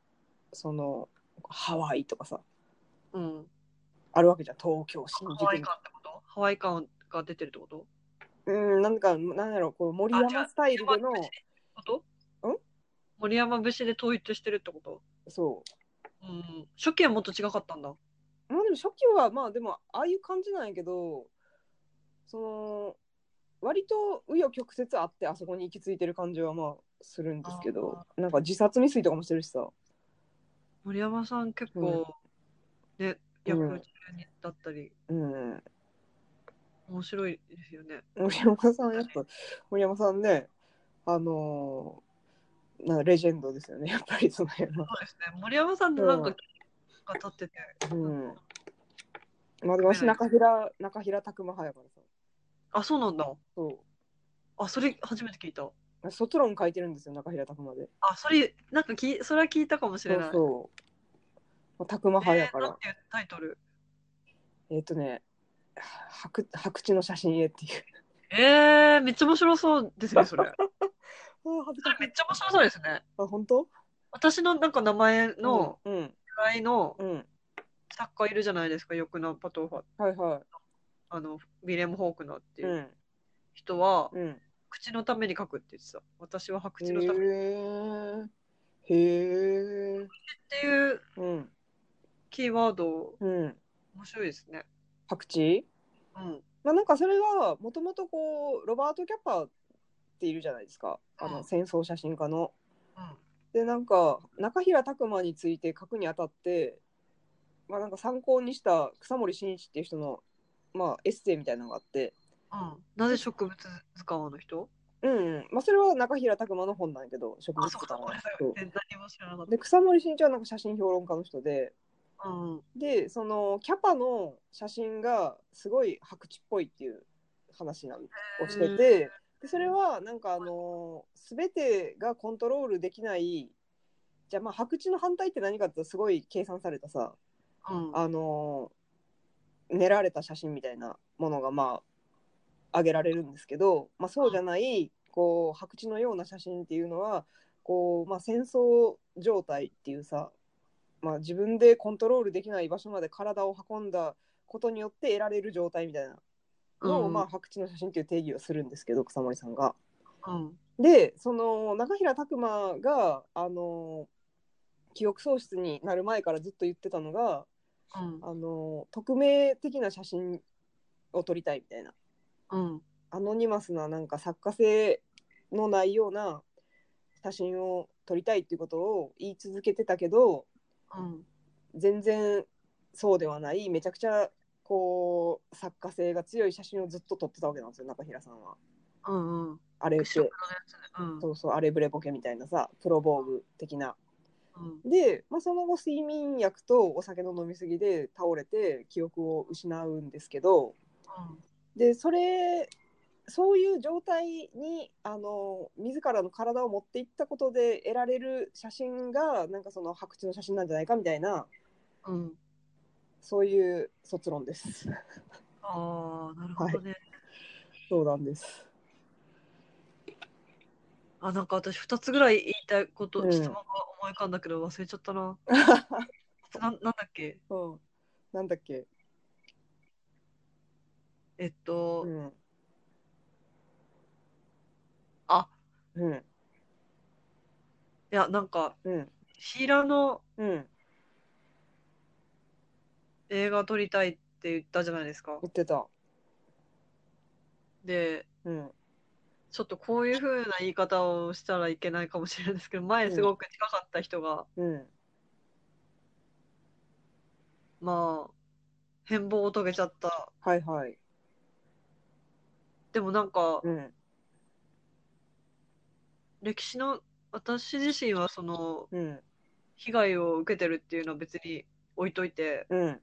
A: そのハワイとかさ
B: うん。
A: あるわけじゃん東京新
B: ハワ
A: 宿
B: イ
A: み
B: 感ってことハワイ感が出てるってこと
A: うんなんかなんやろこう森
B: あじゃ
A: 山
B: あ
A: スタイルでの
B: 森山節こと
A: ん
B: 森山節で統一してるってこと
A: そ
B: うん。初期はもっと違かったんだ。
A: うまあでも初期はまあでもああいう感じなんやけどその割と紆余曲折あってあそこに行き着いてる感じはまあするんですけどなんか自殺未遂とかもしてるしさ
B: 森山さん結構、ね、
A: うん
B: 役中にだったり、
A: うん
B: 面白いですよね。
A: 森山さんやっぱ森山さんねあのーなんかレジェンドですよねやっぱりその辺は、
B: そうですね。森山さんのなん
A: う
B: か
A: ん、
B: が立ってて、
A: うん、まあでも私中平中平拓磨派やからさ
B: あ、そうなんだ。
A: そ
B: あ、それ初めて聞いた。
A: う卒論書いてるんですよ中平拓磨で
B: あ、それ、なんかき、それは聞いたかもし
A: そ
B: れ
A: う
B: ない。
A: そうまあ拓磨派やか
B: えーな
A: ら
B: んていうタイトル。
A: えっ、とね白「白地の写真へ」っていう
B: えー、めっちゃ面白そうで すね、それ。
A: あー恥ず
B: そ
A: かし
B: れめっちゃ面白そうですね。
A: い。あ、本当
B: 私のなんか名前の
A: うん、うん、
B: 由来の
A: うん。
B: 作家いるじゃないですか、ヨクナ・パトーファ、
A: はいは
B: あの、ウィレム・ホークナーって
A: い。、
B: いううん人は、
A: うん。
B: 口のために書くって言ってた。私は白
A: へ
B: 口のためっ
A: ーへえ。
B: ていう
A: うん、
B: キーワード、
A: うん。
B: 面白いですね。
A: 白地
B: うん。
A: まあ、なんかそれはもともとこうロバート・キャッパーっているじゃないですかあ
B: うん
A: の戦争写真家の。
B: うん
A: でなんか中平拓磨について書くにあたって、まあ、なんか参考にした草森伸一っていう人の、まあ、エッセイみたいなのがあって、
B: うん、なぜ植物図鑑の人
A: うんうんまあ、それは中平拓磨の本なんやけど植物
B: あ、そ
A: と
B: う
A: か
B: か、
A: の
B: ごめんなさい
A: そう
B: え何も知らなかっ
A: で草森伸一はなんか写真評論家の人で
B: た。うん。
A: でそのキャパの写真がすごい白地っぽいっていう話なんをして
B: うん
A: て、でそれはなんかあの全てがコントロールできないじゃあまあ白地の反対って何かってすごい計算されたさ
B: うん。
A: あの練られた写真みたいなものがまあ上げられるんですけど、まあ、そうじゃないこう白地のような写真っていうのはこう、まあ、戦争状態っていうさ、まあ、自分でコントロールできない場所まで体を運んだことによって得られる状態みたいなのを、まあ、白地の写真っていう定義をするんですけど草森さんが。
B: あ、うん。
A: でその中平拓磨があの記憶喪失になる前からずっと言ってたのが
B: うん。
A: あの匿名的な写真を撮りたいみたいな
B: うん。
A: アノニマスななんか作家性のないような写真を撮りたいっていうことを言い続けてたけど
B: うん。
A: 全然そうではないめちゃくちゃこう作家性が強い写真をずっと撮ってたわけなんですよ中平さんは。
B: うん。うん。
A: あれっ
B: 食の
A: て
B: やつね。うん。
A: そうそうあれブレボケみたいなさプロボーグ的な。
B: うん。
A: で、まあ、その後睡眠薬とお酒の飲み過ぎで倒れて記憶を失うんですけど。でそれそういう状態にあの自らの体を持っていったことで得られる写真がなんかその白地の写真なんじゃないかみたいな
B: うん。うん。
A: そういう卒論です
B: ああ、なるほどね。
A: そうなんです
B: あ、なんか私二つぐらい言いたいこと、
A: うん
B: 質問が思い浮かんだけど忘れちゃったな。ななんだっけ
A: うんなんだっけ
B: えっと、
A: うん
B: あ
A: うん
B: いや、なんか、
A: うん
B: ヒーラーの
A: うん
B: 映画撮りたいって言ったじゃないですか
A: 言。ってた
B: で、
A: うん
B: ちょっとこういう風な言い方をしたらいけないかもしれないですけど、前すごく近かった人が、
A: うん
B: まあ、変貌を遂げちゃった。
A: はいはい
B: でもなんか、
A: うん
B: 歴史の、私自身はその、
A: うん
B: 被害を受けてるっていうのは別に置いといて、
A: うん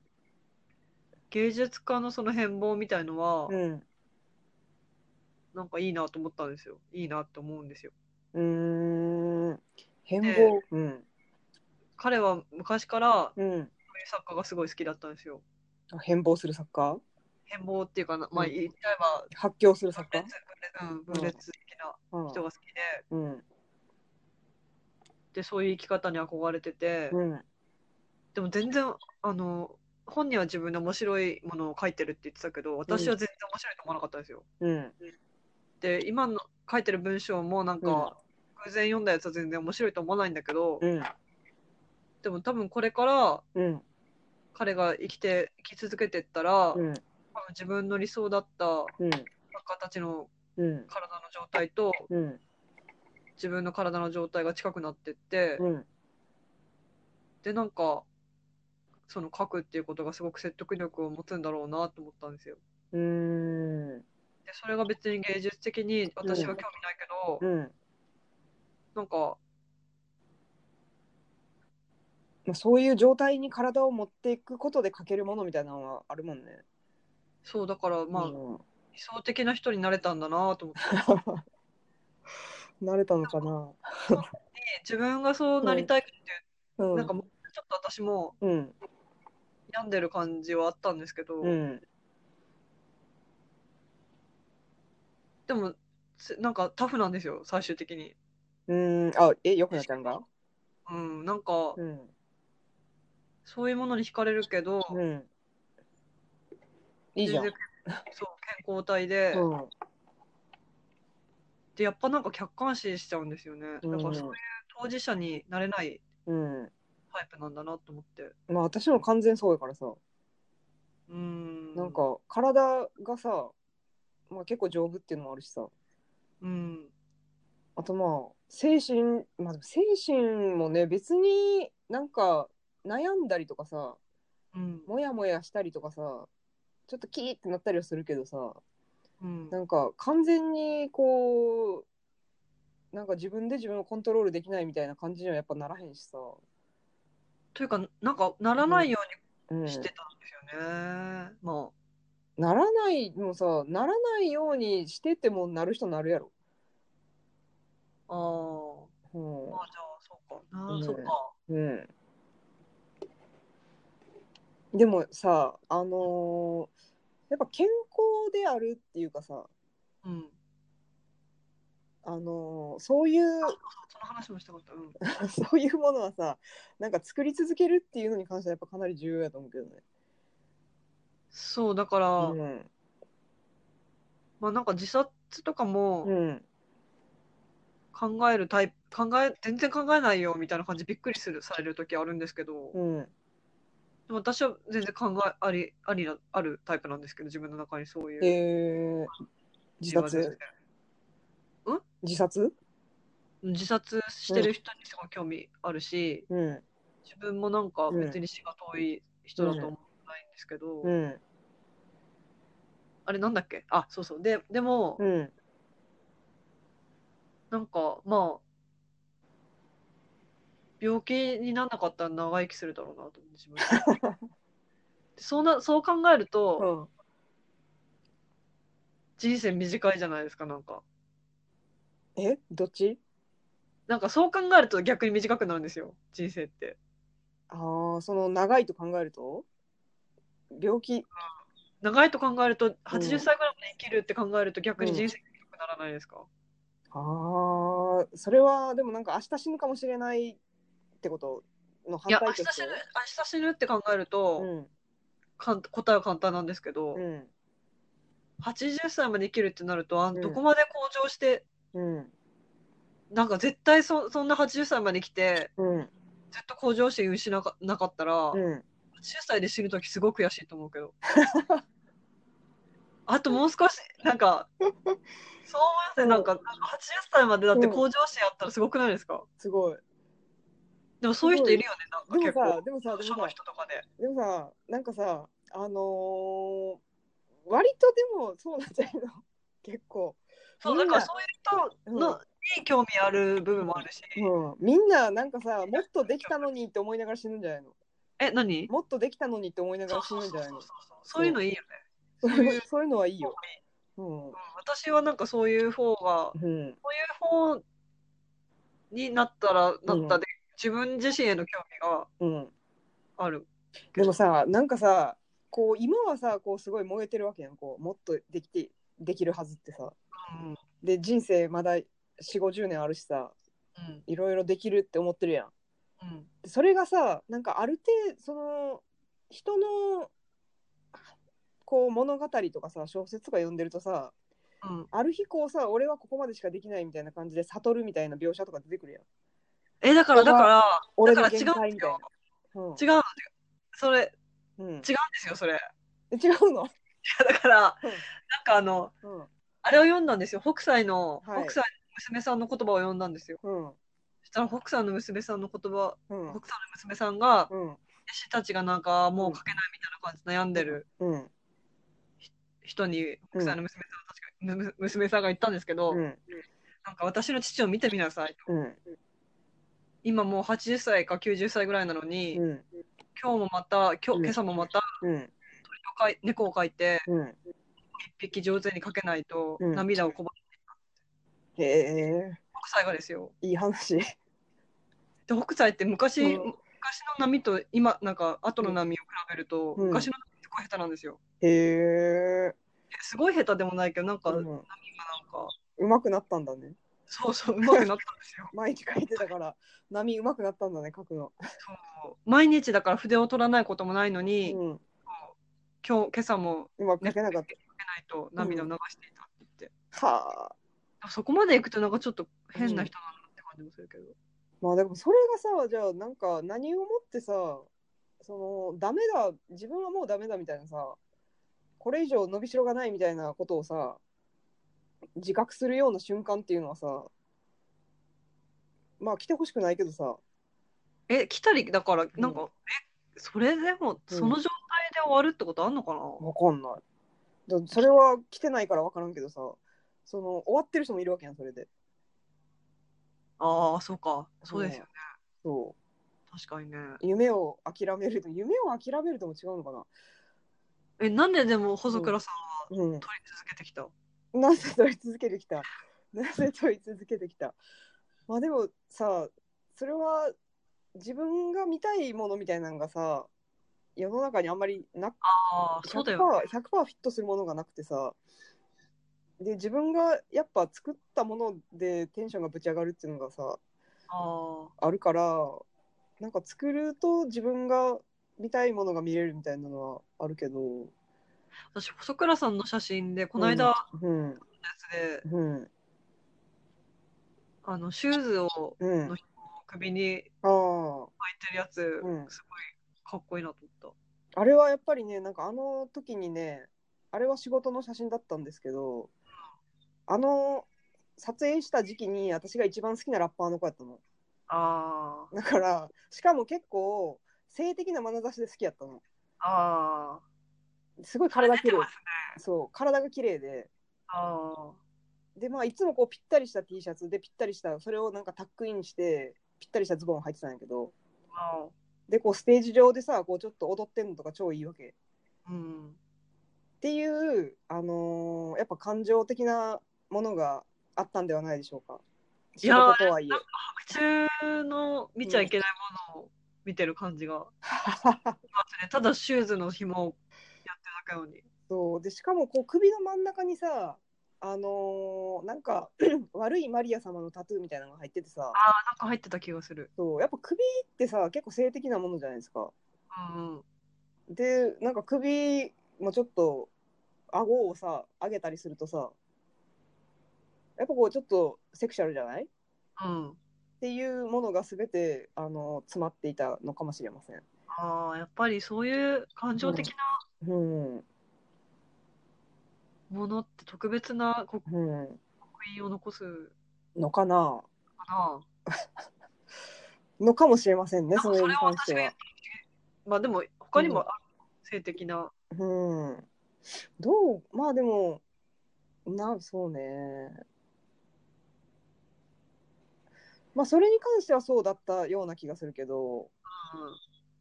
B: 芸術家のその変貌みたいのは、
A: うん
B: なんかいいなと思ったんですよ。いいなと思うんですよ。
A: うーん変貌
B: で
A: うん
B: 彼は昔から、
A: う
B: こ
A: ん
B: ういう作家がすごい好きだったんですよ。
A: あ変貌する作家
B: 変貌っていうかな、まあ
A: うん
B: 言っちゃえば、
A: 発狂する
B: 分
A: 作家
B: 裂、うん、分裂的な
A: うん
B: 人が好きで、
A: うん
B: で、そういう生き方に憧れてて、
A: うん
B: でも全然、あの、本人は自分で面白いものを書いてるって言ってたけど、私は全然面白いと思わなかったんですよ。
A: うん
B: で、今の書いてる文章もなんか、偶然読んだやつは全然面白いと思わないんだけど、
A: うん
B: でも多分これから
A: うん
B: 彼が生きて生き続けてったら、
A: うん
B: 多分自分の理想だった
A: うん
B: 作家たちの
A: うん
B: 体の状態と
A: うん
B: 自分の体の状態が近くなってって、
A: うん
B: でなんかその書くっていうことがすごく説得力を持つんだろうなと思ったんですよ。
A: うーん
B: でそれが別に芸術的に私は興味ないけど、
A: うん
B: なんか
A: まあそういう状態に体を持っていくことで書けるものみたいなのはあるもんね。
B: そうだからまあ、
A: う
B: 理想的な人になれたんだなと思って
A: ん、慣れたのかな。
B: 自分がそうなりたいっていう、
A: うん、
B: なんかもうちょっと私も
A: うん
B: 病んでる感じはあったんですけど、
A: うん
B: でもせなんかタフなんですよ最終的に
A: うんあえよくなっちゃうんが
B: うんなんか
A: うん
B: そういうものに惹かれるけど、
A: うんいいじゃん、
B: 全然そう健康体で、
A: うん、
B: でやっぱなんか客観視しちゃうんですよねだからそういう当事者になれない
A: うん
B: タイプなんだなと思って
A: まあ私も完全そうやからさ
B: うん
A: なんか体がさ、まあ、結構丈夫っていうのもあるしさ
B: うん
A: あとまあ精神まあでも精神もね別になんか悩んだりとかさ
B: うん
A: モヤモヤしたりとかさちょっとキーってなったりはするけどさ
B: うん
A: なんか完全にこうなんか自分で自分をコントロールできないみたいな感じにはやっぱならへんしさ、
B: というかなんかならないよ
A: うん
B: うにしてたんですよね、まあ
A: ならないもうさならないようにしててもなる人なるやろ、
B: あー
A: うん
B: まあじゃあそうかな、
A: うん
B: そっか
A: うんでもさあのーやっぱ健康であるっていうかさ
B: うん
A: あのーそういう
B: その話もしたかったうん
A: そういうものはさなんか作り続けるっていうのに関してはやっぱかなり重要やと思うけどね。
B: そうだから、
A: うん
B: まあなんか自殺とかも
A: うん
B: 考えるタイプ考え全然考えないよみたいな感じびっくりするされる時あるんですけど、
A: うん
B: でも私は全然考えありありなあるタイプなんですけど自分の中にそういう
A: えー、自
B: 自分
A: 殺自殺
B: 自殺してる人にすごい興味あるし、
A: うん
B: 自分もなんか別に死が遠い人だと思ってないんですけど、
A: うん
B: あれなんだっけあそうそうででも、
A: うん
B: なんかまあ病気にならなかったら長生きするだろうなと思って自分 でそうなそう考えると、
A: うん
B: 人生短いじゃないですかなんか
A: えどっち
B: なんかそう考えると逆に短くなるんですよ人生って
A: ああその長いと考えると病気
B: 長いと考えると80歳ぐらいまで生きるって考えると逆に人生長くならないですか、
A: ああそれはでもなんか明日死ぬかもしれないってことの
B: い
A: 反
B: や
A: 対
B: 明
A: として
B: 日死ぬ明日死ぬって考えると、かん答えは簡単なんですけど、
A: うんうん
B: 80歳まで生きるってなるとあ
A: ん
B: どこまで向上して、
A: うん
B: なんか絶対そそんな80歳まで来て
A: うん
B: ずっと向上心失かなかったら、80
A: うん
B: 歳で死ぬ時すごく悔しいと思うけ どあともう少しな んかそう思いますねなんかなんか80歳までだって向上心あったらすごくないですか、
A: すごい
B: でもそういう人いるよね
A: で
B: なん
A: も
B: か
A: さでもさで
B: 結構
A: も
B: 書の
A: さ
B: 人とかで
A: でもさなんかさあのー割とでもそうなんじゃないの 結構
B: そう
A: み
B: だ
A: ん
B: か
A: な
B: らそういう人のに興味ある部分もあるし、
A: うん、みんななんかさもっとできたのにって思いながら死ぬんじゃないの
B: え何
A: もっとできたのにって思いなが
B: そ
A: ら
B: う
A: 死
B: そう
A: ぬ
B: そ
A: ん
B: う
A: じ
B: そ
A: ゃないの
B: うそういうのいいよね
A: そう
B: そういう
A: そういうのはいい
B: 方
A: よ
B: が、いい
A: うん
B: うん、私はなんかそういう方が
A: うん、
B: そういう方になったらなったで、自分自身への興味が
A: うん
B: ある
A: でもさなんかさこう今はさこうすごい燃えてるわけやんこうもっとできてできるはずってさ
B: うん
A: で人生まだ4 5 0年あるしさ
B: うん
A: いろいろできるって思ってるやん
B: うん
A: でそれがさなんかある程度その人のこう物語とかさ小説とか読んでるとさ
B: うん、
A: ある日こうさ俺はここまでしかできないみたいな感じで悟るみたいな描写とか出てくるやん
B: えだからだから
A: 俺
B: だ
A: の
B: から違
A: 限
B: うん
A: 界
B: で
A: み
B: す
A: たい
B: よ
A: な、うん
B: 違うのそれ違うんで
A: うん、
B: すよそれい
A: え違うの、
B: やだから、
A: うん
B: なんかあの
A: うん
B: あれを読んだんですよ北斎の、
A: はい
B: 北斎の娘さんの言葉を読んだんですよ
A: うん
B: そしたら北斎の娘さんの言葉
A: うん
B: 北斎の娘さんが
A: うん
B: 弟子たちがなんかもう書けないみたいな感じで悩んでる
A: うん
B: 人に北斎の娘さんは確かに、む娘さんが言ったんですけど、
A: うん
B: なんか私の父を見てみなさいと
A: うん
B: 今もう80歳か90歳ぐらいなのに、
A: うん
B: 今日もまた今日
A: うん
B: 今朝もまた
A: うん
B: 鳥を飼い猫を描いて
A: うん
B: 一匹上手に描けないと
A: うん
B: 涙をこぼ
A: へえ
B: 北斎がですよ
A: いい話。
B: で北斎って昔、
A: うん
B: 昔の波と今なんか後の波を比べると、
A: うん
B: 昔の波すごい下手なんですよ
A: へえ。
B: すごい下手でもないけど、なんか、
A: う
B: なん
A: ん
B: か、
A: うまくなったんだね。。
B: そうそう、うまくなったんですよ
A: 毎日書いてたから、波うまくなったんだね、書くの。
B: そう毎日だから筆を取らないこともないのに、
A: うん、
B: 今日、今朝も
A: うまく書けなかっ
B: 書けないと涙を流していたって言って、
A: た。はあ。
B: あそこまで行くとなんかちょっと変な人だなって感じもするけど。
A: まあでもそれがさじゃあなんか何をもってさそのダメだ自分はもうダメだみたいなさこれ以上伸びしろがないみたいなことをさ自覚するような瞬間っていうのはさまあ来てほしくないけどさ
B: え、来たり、だから、なんか、え、それでも、その状態で終わるってことあんのかな、
A: わかんないだそれは来てないからわからんけどさその終わってる人もいるわけやんそれで
B: ああ、そうか。そうですよね。
A: そ
B: 確かにね。
A: う夢を諦めると夢を諦めるとも違うのかな
B: え、なんででも、細倉さんは
A: うん
B: 取り続けてきた、
A: なぜ問い続けてきた なぜ問い続けてきたまあでもさそれは自分が見たいものみたいなのがさ世の中にあんまりな
B: ああ、そうだ
A: 100%, 100%,
B: よね。
A: フィットするものがなくてさで自分がやっぱ作ったものでテンションがぶち上がるっていうのがさ
B: あ
A: あるからなんか作ると自分が見たいものが見れるみたいなのはあるけど
B: あ、私、細倉さんの写真で、この間のや
A: うん
B: つで、
A: うん
B: あの、シューズを
A: うん
B: 首に巻い
A: ああ
B: てるやつ、
A: うん
B: すごいかっこいいなと思っ
A: あれはやっぱりね、なんかあの時にね、あれは仕事の写真だったんですけど、あの撮影した時期に私が一番好きなラッパーの子やったの。
B: た。あ
A: だから、しかも結構性的な眼差しで好きやったの。
B: あ、ああ、
A: すごい体
B: 出
A: 綺
B: て
A: 麗
B: ますね。
A: そう、体が綺麗で。
B: ああ。
A: で、まあ、いつもこうぴったりした T シャツでぴったりした、それをなんかタックインして、ぴったりしたズボンを履いてたんやけど、
B: あ
A: で、こうステージ上でさ、こうちょっと踊ってんのとか超いいわけ。
B: あ、うん。
A: っていう、あのーやっぱ感情的なものがあったんではないでしょうか。
B: い
A: 仕
B: やー
A: 事とはいえ。
B: 白昼の見ちゃいけないものを見てる感じが、ただシューズの紐をやってるだけなのに。
A: そうでしかもこう首の真ん中にさ、あのーなんか 悪いマリア様のタトゥーみたいなのが入っててさ
B: ああ、なんか入ってた気がする。
A: そうやっぱ首ってさ結構性的なものじゃないですか。
B: うんうん。
A: でなんか首もちょっと顎をさ上げたりするとさやっぱこうちょっとセクシャルじゃないっ
B: うん。
A: ていうものが全て、あのー詰まっていたのかもしれません。
B: ああ、やっぱりそういう感情的な
A: うん
B: ものって特別な刻
A: うん、
B: 印を残す
A: のかな
B: かな。
A: のかもしれませんね、
B: なんか
A: それ
B: そ
A: に
B: れは
A: 関し
B: 私
A: て
B: が言っ
A: は
B: て。まあでも、他にもある性的な。
A: うん、どうまあでもなそうねまあそれに関してはそうだったような気がするけど、
B: うん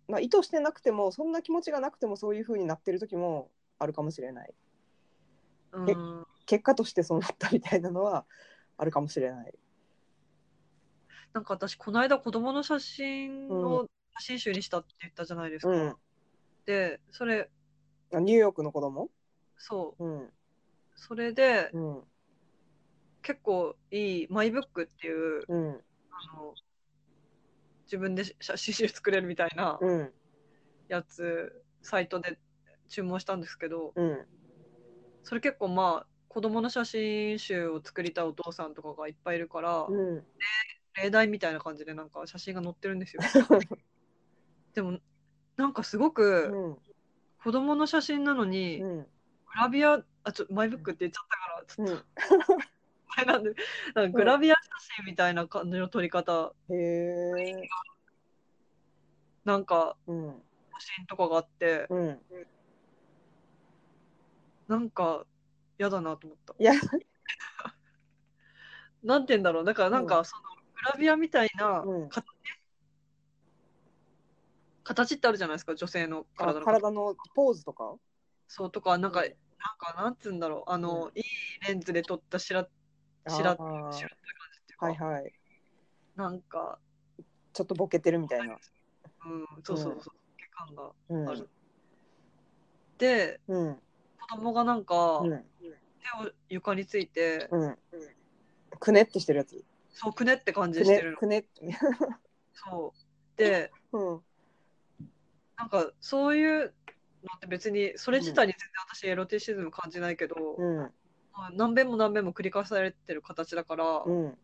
A: まあ、意図してなくてもそんな気持ちがなくてもそういうふうになってる時もあるかもしれない
B: うん、
A: 結果としてそうなったみたいなのはあるかもしれない。
B: なんか私この間子供の写真を写真集にしたって言ったじゃないですか、
A: うん、
B: でそれ
A: あニューヨークの子供
B: そ
A: うん
B: うそれで
A: うん
B: 結構いいマイブックっていう
A: うん
B: あの自分で写真集作れるみたいな
A: うん
B: やつサイトで注文したんですけど
A: うん
B: それ結構まあ子供の写真集を作りたいお父さんとかがいっぱいいるから、
A: うん
B: 例題みたいな感じでなんか写真が載ってるんですよでもなんかすご
A: う
B: く
A: ん
B: 子供の写真なのにグ
A: うん
B: ラビアあちょマイブックって言っちゃったからちょっ
A: うん
B: と前なんでなんかグラビア写真みたいな感じの撮り方
A: へえ。
B: なんか
A: うん。
B: 写真とかがあって
A: うん。
B: なんか嫌だなと思った。
A: いや、
B: なんて言うんだろうだからなん
A: う
B: かそのグラビアみたいな
A: うん
B: 形、形ってあるじゃないですか女性の
A: あ
B: 体の形
A: 体のポーズとか。
B: そうとかなんか、
A: うん
B: なんかなんて言うんだろうあの、いいレンズで撮った白白
A: あ
B: っ白って感じ
A: ー
B: っていうか、
A: はいはい。
B: なんか、
A: ちょっとボケてるみたいな。
B: うん、そうそうそう、血管が
A: うん
B: ある。で
A: うん。
B: 子子供がなんか、
A: うん
B: 手を床について、
A: うんくねってしてるやつ
B: そうくねって感じ
A: く
B: して
A: ね
B: るの、
A: くねって、
B: そうで
A: うん、
B: なんかそういうのって別にそれ自体に全然私エロティシズム感じないけど、
A: うん
B: まあ何遍も何遍も繰り返されてる形だから、
A: うん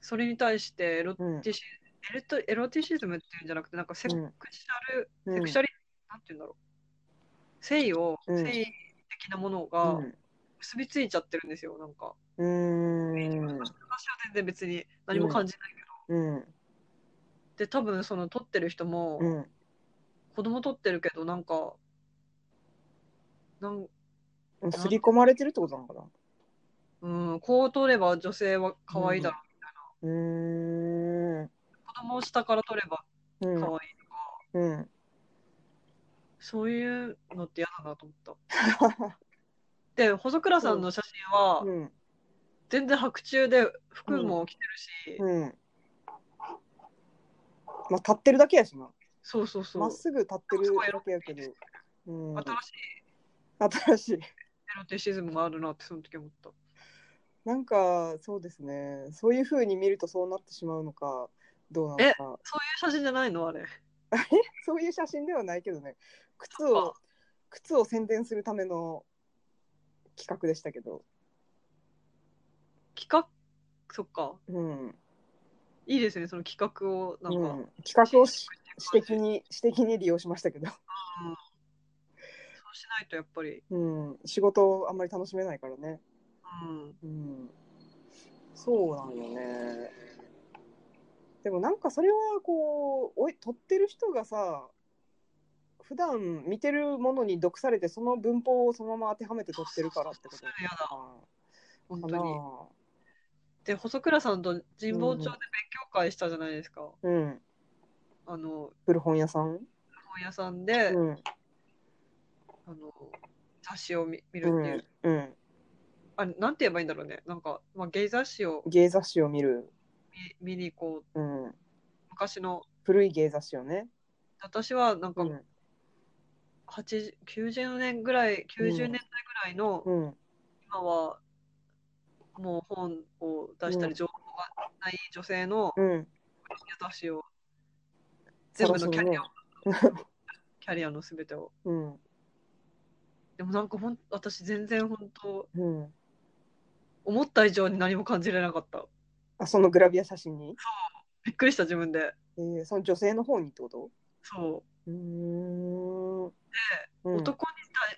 B: それに対してエロテ
A: うん
B: ィシエロテエロティシズムっていうんじゃなくてなんかセクシャル、
A: うん
B: セクシャリなんて言うんだろう誠意を、
A: うん
B: 誠意的なものが結びついちゃってるんですよなんか
A: うんうん
B: 私は全然別に何も感じないけど、
A: うん
B: で多分その撮ってる人も、
A: うん
B: 子供撮ってるけどなんかなん
A: うん刷り込まれてるってことなのかな
B: うん、こう撮れば女性は可愛いだろ
A: うーん
B: う、子供を下から撮れば
A: う
B: 可愛い
A: ん、 うん、
B: そういうのって嫌だなと思った。で細倉さんの写真は
A: うん、
B: 全然白昼で服も着てるし、
A: うん。まあ、立ってるだけやしな。
B: そうそうそ
A: ま
B: う
A: っすぐ立ってるだけやけど。うん
B: 新しい、
A: 新しい。
B: エロティシズムがあるなってその時思った。
A: なんか、そうですね。そういう風に見ると、そうなってしまうのか。どうなのか。
B: そういう写真じゃないのあれ。
A: そういう写真ではないけどね。靴
B: そ
A: を、靴を宣伝するための。企画でしたけど。
B: 企画そっか
A: うん。
B: いいですねその企画をなんか、
A: うん、企画をし私的に、私的に利用しましたけど。
B: そうしないとやっぱり、
A: うん、仕事をあんまり楽しめないからね。う
B: うん、
A: んそうなんよね。でもなんかそれはこうおい撮ってる人がさ普段見てるものに毒されてその文法をそのまま当てはめて撮ってるからってこと
B: そうそう本
A: か
B: 当
A: な
B: に。で細倉さんと神保町で勉強会したじゃないですか、
A: うん
B: あの
A: 古本屋さん、
B: 本屋さんで、
A: うん
B: あの雑誌を見見る
A: う
B: っていう、
A: んうん、
B: あれなんて言えばいいんだろうねなんか、まあ、ゲイ雑誌を
A: 芸雑誌を見る、
B: 見見に行こう
A: うん、
B: 昔の
A: 古い芸雑誌をね、
B: 私はなん
A: う
B: か
A: ん
B: 80 90年ぐらい90年代ぐらいの、
A: うん
B: 今はもう本を出した
A: うん
B: り情報がない女性の
A: うん、
B: 雑誌を全部のキャリアを
A: 探すのね
B: キャリアの全てを
A: うん
B: でもなんかほん私全然本当
A: うん、
B: 思った以上に何も感じれなかった
A: あそのグラビア写真に、
B: びっくりした自分で
A: えー、その女性の方にってこと
B: そう
A: ーん。
B: う、
A: うん
B: 男に対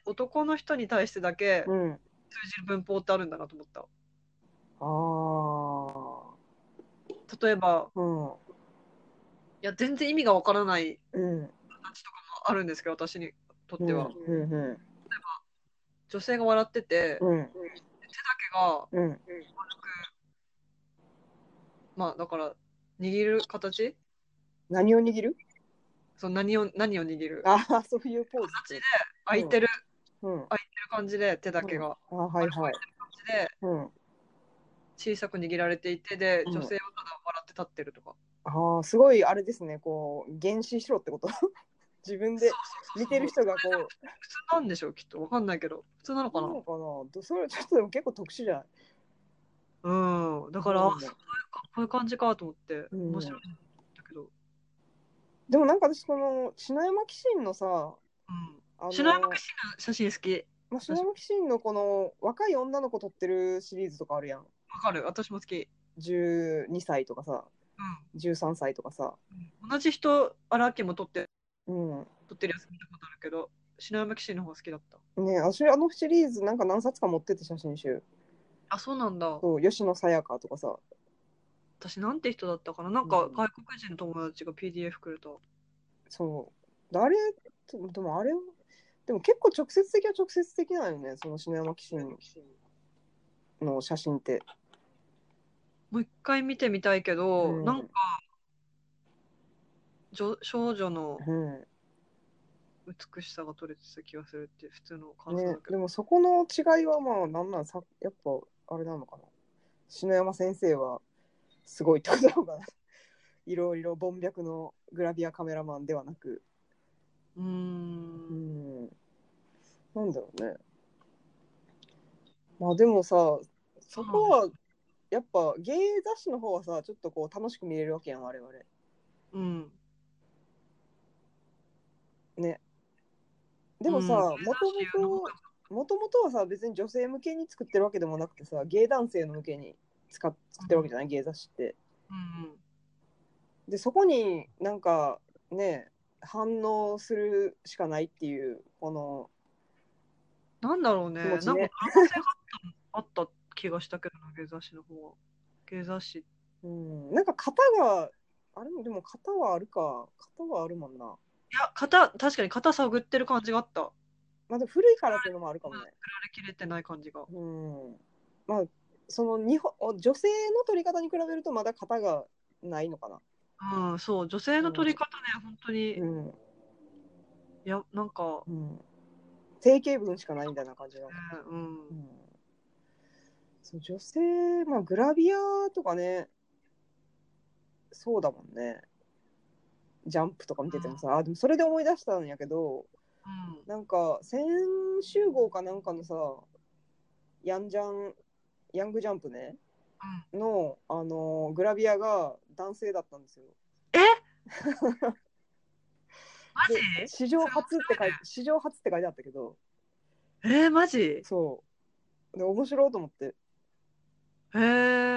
B: 男の人に対してだけ
A: うん。
B: 通じる文法ってあるんだなと思った
A: あ
B: 例えば
A: あ。うん。
B: いや全然意味がわからない
A: うん。
B: 形とかもあるんですけど私にとっては、
A: うん。うん。
B: 女性が笑ってて、手だ
A: うん。
B: けが
A: うん。
B: まあだから握る形
A: 何を握る。
B: その何を何を握る
A: ああ、そういうポーズ。
B: 形で空いてる,、
A: うん。あ
B: 感じで手だけが、
A: あ、はいはい。
B: 感じで
A: うん。
B: 小さく握られていてで
A: うん
B: 女性はただ笑って立ってるとか、
A: ああ、すごいあれですね。こう、原始しろってこと。 自分
B: そう
A: で
B: そうそうそう
A: 見てる人がこう。
B: 普通なんでしょうきっとわかんないけど普通なのか
A: な
B: な
A: のかな。どそれちょっとでも結構特殊じゃない。
B: うんだから、あそういうかこういう感じかと思って
A: うん
B: 面白いんだけど、
A: でもなんか私この篠山紀信のさ。
B: う
A: あの
B: ん、白山騎士の写真好き
A: まあ、篠山紀信のこの若い女の子撮ってるシリーズとかあるやん。
B: わかる私も好き、
A: 12歳とかさ13歳とかさ、
B: うん、同じ人荒木も撮って
A: うん、
B: 撮ってるやつ見たことあるけど篠山騎士の方が好きだった
A: ねえ私あのシリーズなんか何冊か持ってて写真集
B: あそうなんだ
A: そう吉野さやかとかさ
B: 私なんて人だったかななんか
A: うん
B: 外国人の友達が PDF くれた
A: そうあれでもあれでも結構直接的は直接的なんよねその篠山紀信の写真って
B: もう一回見てみたいけど、
A: うん
B: なんか女少女の
A: うん
B: 美しさが撮れてた気がするっていう普通の感想だ
A: ね
B: け
A: で
B: ど、
A: もそこの違いはまあなんなんさやっぱあれなのかな篠山先生はすごいってことなのかな いろいろ凡白のグラビアカメラマンではなく
B: うーん
A: うん、なんだろうね。まあでもさ、そこはやっぱ芸雑誌の方はさ、ちょっとこう楽しく見れるわけやん、我々。
B: うん。
A: ね。でもさ、
B: う
A: も
B: ん
A: ともと、もともとはさ、別に女性向けに作ってるわけでもなくてさ、芸男性の向けに使っ作ってるわけじゃない、芸雑誌って。
B: うん
A: で、そこになんかね、反応するしかないっていう、この、
B: なんだろうね。
A: 気持ち
B: なん
A: ね
B: か可能性があったあった気がしたけどな、芸雑誌の方は。芸雑誌。
A: うん、なんか型が、あれも、でも型はあるか、型はあるもんな。
B: いや、型、確かに型探ってる感じがあった。
A: まあ、でも古いからっていうのもあるかもね。
B: 振られきれてない感じが。
A: うん。まあ、その日本、女性の取り方に比べるとまだ型がないのかな。
B: うん、そう、女性の取り方ね、本当に、
A: う
B: い
A: ん。
B: や、なんか、
A: うん、定型文しかないみたいな感じが。
B: うん
A: う、ん、そう女性、まあ、グラビアとかね、そうだもんね。ジャンプとか見ててもさ、あでもそれで思い出したんやけど、
B: うん、
A: なんか先週号かなんかのさ、ヤンジャン、ヤングジャンプね、の、あのグラビアが男性だったんですよ。
B: マジ
A: で史上初って書いて、史上初って書いてあったけど、
B: えー、マジ
A: そう。で、面白いと思って。
B: え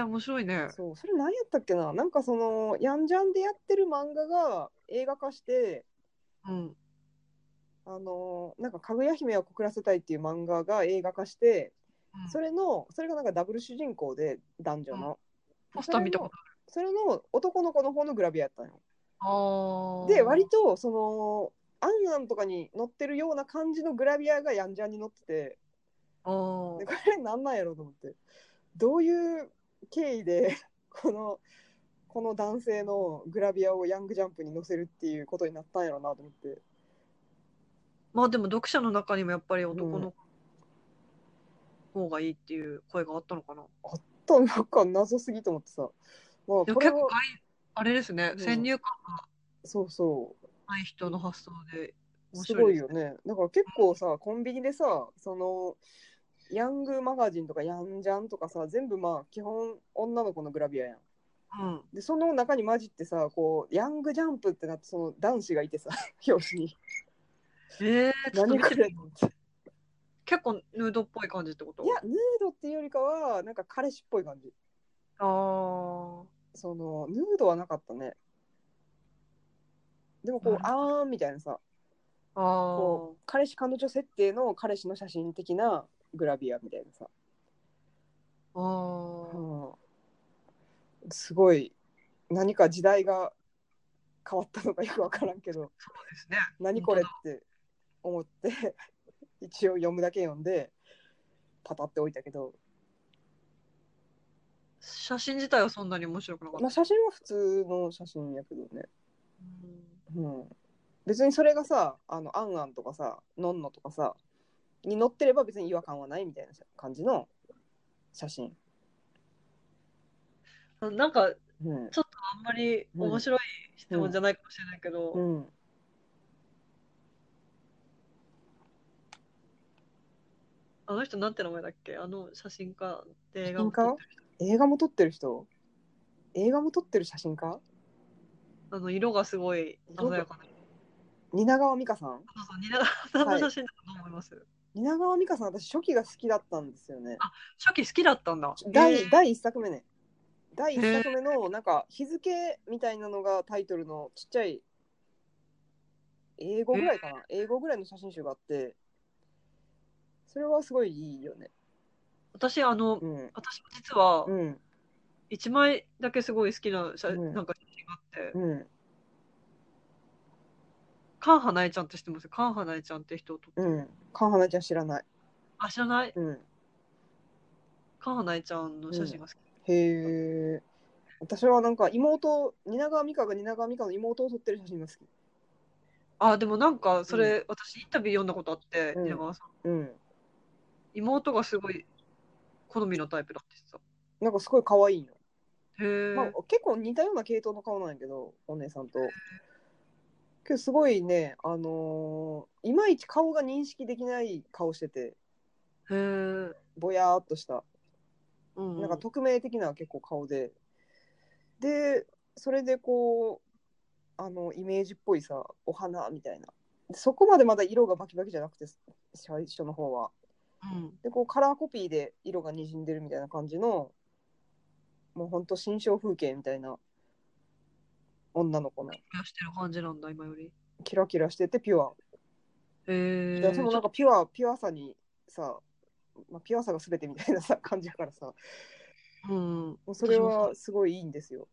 B: ー、面白いね。
A: そうそれ何やったっけななんかそのヤンジャンでやってる漫画が映画化して
B: うん、
A: あのなんか「かぐや姫を告らせたい」っていう漫画が映画化して
B: うん
A: それのそれがなんかダブル主人公で男女の
B: ポスター見たこと
A: それの男の子の方のグラビアやったのよ
B: あー
A: で割とそのアンアンとかに載ってるような感じのグラビアがヤンジャンに載ってて
B: あー
A: でこれなんなんやろうと思ってどういう経緯で このこの男性のグラビアをヤングジャンプに載せるっていうことになったんやろうなと思って
B: まあでも読者の中にもやっぱり男の方がいいっていう声があったのかな。
A: となんか謎すぎと思ってさまあ
B: で
A: こ
B: も
A: れ
B: 結構
A: は
B: あいあれですね、
A: うん
B: 先入観が
A: そうそ
B: ない人の発想で
A: う
B: 面
A: す
B: 白
A: ご
B: い
A: い
B: です
A: よねだから結構さコンビニでさそのヤングマガジンとかヤンジャンとかさ全部まあ基本女の子のグラビアやん
B: うん、
A: でその中に混じってさこうヤングジャンプってなってその男子がいてさ 表紙に
B: えー、ちょっと
A: 何
B: 見
A: こ
B: てみ
A: れ
B: よう結構ヌードっぽい感じってこと
A: いや、ヌードっていうよりかは、なんか彼氏っぽい感じ。
B: あー
A: その、ヌードはなかったね。でもこう、
B: な
A: あーんみたいなさ、
B: あー
A: こう、彼氏彼女設定の彼氏の写真的なグラビアみたいなさ。
B: あ
A: う
B: ー
A: ん、すごい、何か時代が変わったのかよくわからんけ ど、
B: そうですね。
A: 何これって思って、 一応読むだけ読んで、パタって置いたけど、
B: 写真自体はそんなに面白くなかった。
A: まあ写真は普通の写真やけどね。
B: うん
A: うん、別にそれがさ「あのアンアン」とかさ「のんの」とかさに載ってれば別に違和感はないみたいな感じの写真、
B: なんか
A: うん
B: ちょっとあんまり面白い質問じゃないかもしれないけど、
A: うん、
B: あの人なんて名前だっけあの写真家で
A: 写
B: 映画を
A: 真
B: 撮
A: 家
B: ってる
A: 映画も撮ってる人映画も撮ってる写真家
B: あの色がすごい鮮やかな。
A: 蜷川美香さん
B: そうそう、蜷川さん の写真とかどう思います、
A: 蜷川美香さん私初期が好きだったんですよね
B: 初期好きだったんだ。
A: 第,、
B: えー
A: 第1作目ね第1作目のなんか日付みたいなのがタイトルのちっちゃい英語ぐらいかな、英語ぐらいの写真集があってそれはすごいいいよね
B: 私、あの、
A: うん
B: 私も実は
A: うん
B: 一枚だけすごい好きな写、
A: うん
B: なんか写真があって、
A: うん
B: カンハナエちゃんって知ってますカンハナエちゃんって人を撮って、
A: うんカンハナちゃん知らない
B: あ、知らない
A: うん
B: カンハナエちゃんの写真が好き。
A: へえ私はなんか妹蜷川美香が蜷川美香の妹を撮ってる写真が好き
B: あ、でもなんか、それ、私インタビュー読んだことあって、
A: うん
B: 蜷川さん。
A: うん
B: 妹がすごい好みのタイプだってさ。
A: なんかすごい可愛いの
B: へえ、
A: まあ、結構似たような系統の顔なんやけどお姉さんと今日すごいね、あのーいまいち顔が認識できない顔してて、
B: へえ。
A: ぼやーっとした、
B: うん
A: なんか匿名的な結構顔で。で、それでこう、あの、イメージっぽいさ、お花みたいな。でそこまでまだ色がバキバキじゃなくて、最初の方は。
B: うん
A: で、こうカラーコピーで色がにじんでるみたいな感じの、もうほんと新象風景みたいな女の子の
B: キラしてる感じなんだ、今より。
A: キラキラしててピュア
B: へ
A: で
B: え。
A: そのなんかピュアピュアさにさ、まあ、ピュアさが全てみたいなさ感じだからさ
B: うん。へ
A: もうそれはすごいいいんですよ。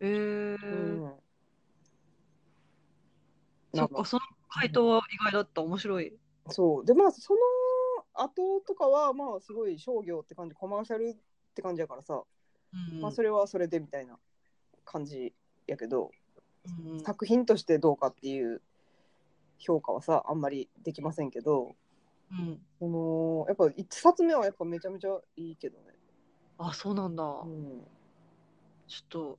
B: え。
A: うん、
B: そっか、その回答は意外だった。面白い。
A: そうでまあその後とかはまあすごい商業って感じコマーシャルって感じやからさ、
B: うん
A: まあ、それはそれでみたいな感じやけど、
B: うん
A: 作品としてどうかっていう評価はさあんまりできませんけど
B: うん。
A: そのやっぱ1冊目はやっぱめちゃめちゃいいけどね。
B: あ、そうなんだ。
A: うん
B: ちょっと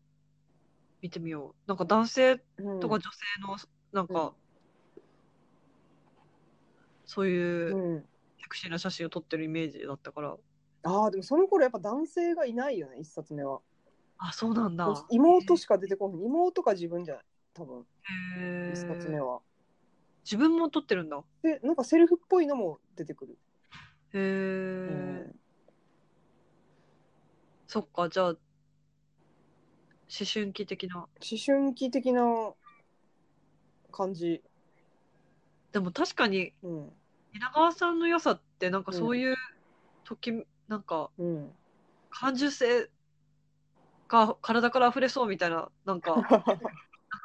B: 見てみよう。なんか男性
A: うん
B: とか女性の、なんか、そういう
A: うん
B: セクシーな写真を撮ってるイメージだったから。
A: ああ、でもその頃やっぱ男性がいないよね、一冊目は。
B: あ、そうなんだ。
A: 妹しか出てこない。妹か自分じゃない、多分、
B: へ
A: 一冊目
B: ー
A: は。
B: 自分も撮ってるんだ。
A: で、なんかセルフっぽいのも出てくる。
B: へ
A: う
B: え。
A: ん
B: そっか、じゃあ、思春期的な。
A: 思春期的な感じ。
B: でも確かに、
A: うん。
B: 稲川さんの良さって、なんかそういう時、なんか
A: うん。
B: 感受性が体から溢れそうみたいな、な んか、なんか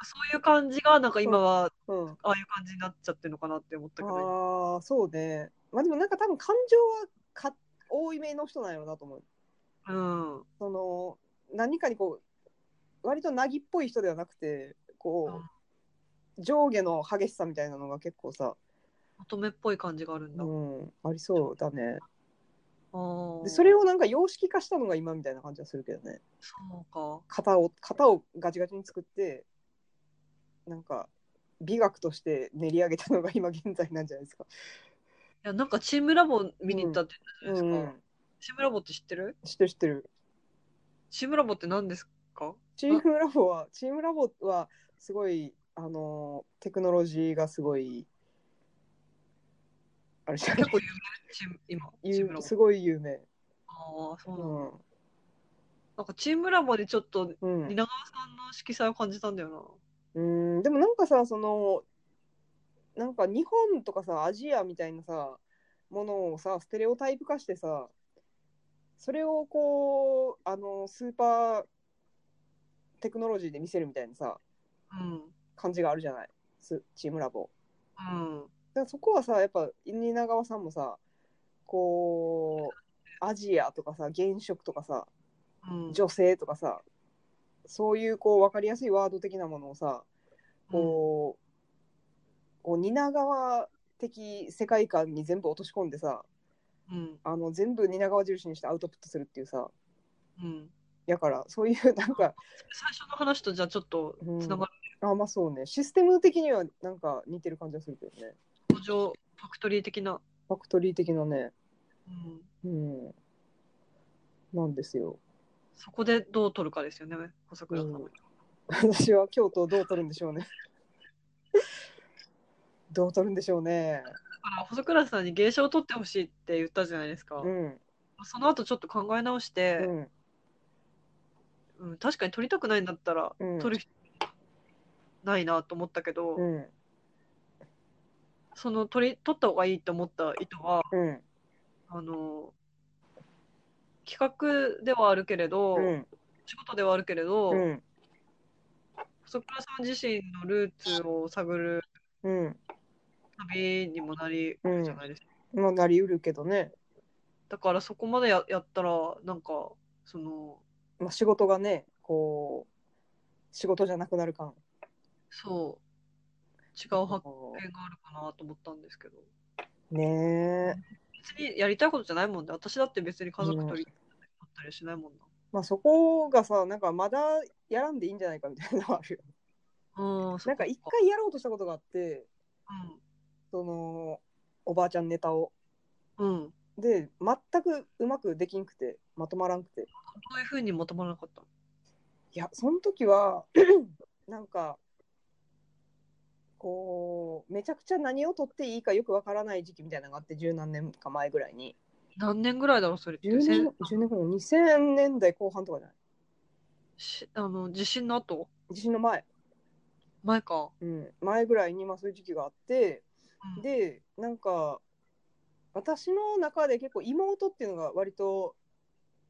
B: そういう感じが、なんか今は
A: うん、
B: ああいう感じになっちゃってるのかなって思ったけど、
A: ああ、そうね。まあでもなんか多分感情はか多いめの人なんやろうなと思う。
B: うん、
A: その、何かにこう、割となぎっぽい人ではなくて、こう、上下の激しさみたいなのが結構さ、
B: 乙女っぽい感じがあるんだ。
A: うん、ありそうだね。
B: ああ、
A: でそれをなんか様式化したのが今みたいな感じはするけどね
B: そうか。
A: 型を型をガチガチに作ってなんか美学として練り上げたのが今現在なんじゃないですか。
B: いや、なんかチームラボ見に行ったって言ったじゃ
A: う
B: ないですか。
A: ん、
B: チームラボって知ってる
A: 知ってる知ってる。
B: チームラボって何ですか
A: チームラボはチームラボはすごいあのーテクノロジーがすごいあれじゃない
B: 結 構有名チーム、今、チームラ
A: 有
B: ボ。
A: すごい有名。
B: ああ、そう
A: う
B: なんだ。
A: ん
B: なんかチームラボでちょっと、
A: うん
B: 蜷川さんの色彩を感じたんだよ
A: うんでもなんかさそのなんか日本とかさアジアみたいなさものをさステレオタイプ化してさそれをこうあのスーパーテクノロジーで見せるみたいなさ
B: な。うん。
A: 感じがあるじゃないスチームラボ
B: うん。
A: だからそこはさやっぱ蜷川さんもさこうアジアとかさ原色とかさ
B: うん。
A: 女性とかさそういうこう分かりやすいワード的なものをさこう,、こう蜷川的世界観に全部落とし込んでさ
B: うん。
A: あの全部蜷川印にしてアウトプットするっていうさ
B: うん。
A: やからそういうなんか
B: 最初の話とじゃあちょっとつながる。
A: あまあそうねシステム的にはなんか似てる感じがするけどね
B: 工場、ファクトリー的な。
A: ファクトリー的なね
B: うん。
A: うんなんですよ
B: そこでどう取るかですよね、小桜さんの。
A: うん私は京都をどう取るんでしょう ねどう取るんでしょうね
B: だから細倉さんに芸者を取ってほしいって言ったじゃないですか、
A: うん
B: その後ちょっと考え直して
A: う、ん
B: うん確かに取りたくないんだったら、
A: うん
B: 取る必要ないなと思ったけど、
A: うん
B: その取り取った方がいいと思った意図は
A: うん
B: あの企画ではあるけれど、
A: うん
B: 仕事ではあるけれど、
A: うん
B: 細倉さん自身のルーツを探る
A: うん
B: 旅にもなりうるじゃないですか、
A: まあなりうるけどね、
B: だからそこまでややったらなんかその
A: まあ、仕事がねこう仕事じゃなくなる感
B: そう違う発見があるかなと思ったんですけど
A: ねえ
B: 別にやりたいことじゃないもんね私だって別に家族とりあったりしないもんな
A: まあそこがさなんかまだやらんでいいんじゃないかみたいなのはあるよ
B: うん、そ
A: なん
B: っ
A: か一回やろうとしたことがあってそのおばあちゃんネタを
B: うん。うん。ど
A: で全くうまくできんくてまとまらんくて
B: ういうふうにまとまらなかったの
A: いやその時は なんかこうめちゃくちゃ何を取っていいかよくわからない時期みたいなのがあって十何年か前ぐらいに
B: 何年ぐらいだろう、それって。
A: 10
B: せ
A: 年
B: ん
A: 10年ぐらい2000年代後半とかじゃない
B: しあの地震の後
A: 地震の前、
B: 前か。
A: うん、前ぐらいにまあそういう時期があって
B: うん、
A: でなんか私の中で結構妹っていうのが割と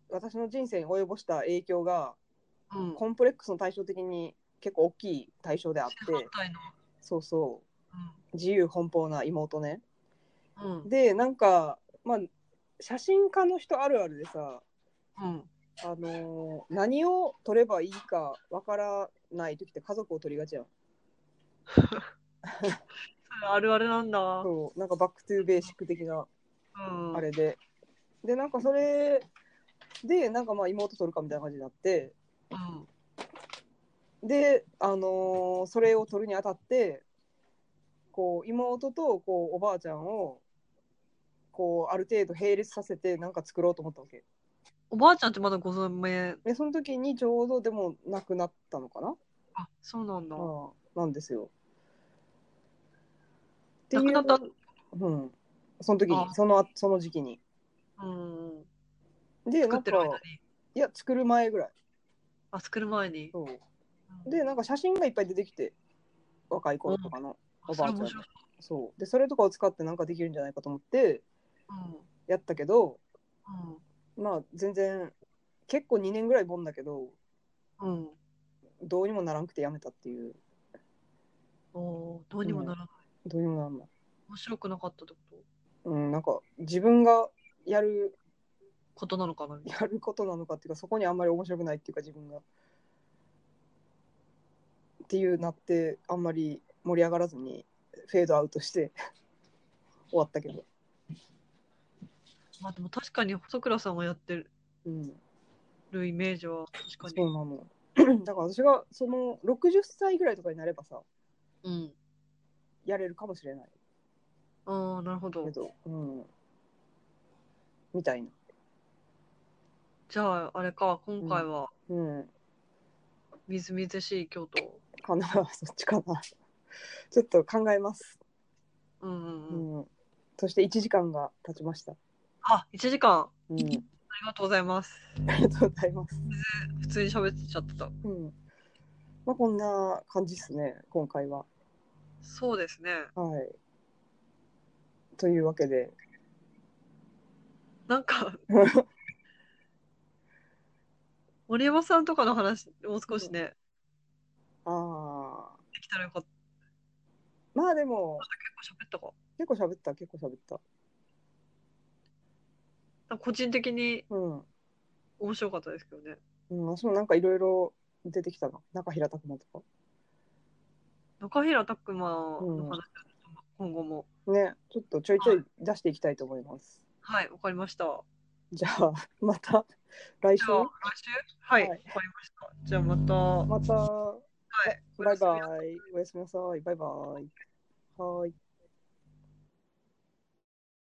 A: 私の人生に及ぼした影響が
B: うん、
A: コンプレックスの対象的に結構大きい対象であって
B: 正反対の。
A: そうそう自由奔放な妹ね
B: うん。うん。
A: でなんかまあ写真家の人あるあるでさ
B: うん。
A: あのー何を撮ればいいかわからない時って家族を撮りがちやん
B: それあるあるなんだ。う。
A: そうなんかバックトゥーベーシック的なんあれで、でなんかそれでなんかまあ妹撮るかみたいな感じになって
B: うん。
A: であのーそれを撮るにあたってこう妹とこうおばあちゃんをこうある程度並列させてなんか作ろうと思ったわけ
B: おばあちゃんってまだご存命。
A: でその時にちょうどでも亡くなったのかな、
B: あ、そうなんだ。
A: うんなんですよってい
B: 亡
A: う
B: くなった。
A: うん、その時に
B: あ
A: そのあその時期に
B: うん。
A: で
B: 作
A: な
B: っ
A: ん
B: て
A: か
B: る間に。
A: いや作る前ぐらい
B: あ、作る前に。
A: そう
B: うん
A: でなんか写真がいっぱい出てきて若い頃とかの、おばあちゃん
B: それ面白い
A: そうでそれとかを使ってなんかできるんじゃないかと思ってやったけどまあ全然結構2年ぐらいボンだけど
B: うん。うん。うん。
A: どうにもならんくてやめたっていう
B: おーどうにもならない。
A: どうにもならんない、
B: 面白くなかったってこと
A: うん、なんか自分がやる
B: ことなのかなみたい
A: やることなのかっていうかそこにあんまり面白くないっていうか自分がっていうなってあんまり盛り上がらずにフェードアウトして終わったけど、
B: なまあでも確かに細倉さんがやって
A: うん、
B: るイメージは確か
A: そう
B: に。
A: なの だから私がその60歳ぐらいとかになればさ
B: うん。
A: やれるかもしれない
B: ああ、なるほど
A: け。ど、うん、みたいな、
B: じゃあ、あれか、今回は、
A: うん、
B: みずみずしい京都。
A: かなそっちかなちょっと考えます、
B: うんうん
A: う
B: うん。
A: ん、そして1時間が経ちました、
B: あ、1時間。あ
A: うん、
B: りがとうございます。
A: ありがとうございます、
B: 普通に喋っちゃってた。
A: うんまあ、こんな感じですね今回は
B: そうですね。
A: はいというわけで
B: なんか、 森山さんとかの話、もう少しね、
A: ああ
B: できたらよかった。
A: まあでも
B: 結構喋ったか。
A: 結構喋った結構喋った
B: なんか個人的に
A: うん
B: 面白かったですけどね。
A: うん、私もなんかいろいろ出てきたな。中平拓磨とか。
B: 中平拓磨の話は今後も。
A: ね、ちょっとちょいちょい出していきたいと思います。
B: はい、わかりました。
A: じゃあ、 また来
B: じ
A: 週
B: ゃ。あ、来週はい、わ、
A: はい
B: かりました。じゃあ、また。は
A: また、
B: い、
A: バイ
B: おやすみなさ
A: バイ。おやすみなさい。バイバイ。はーい。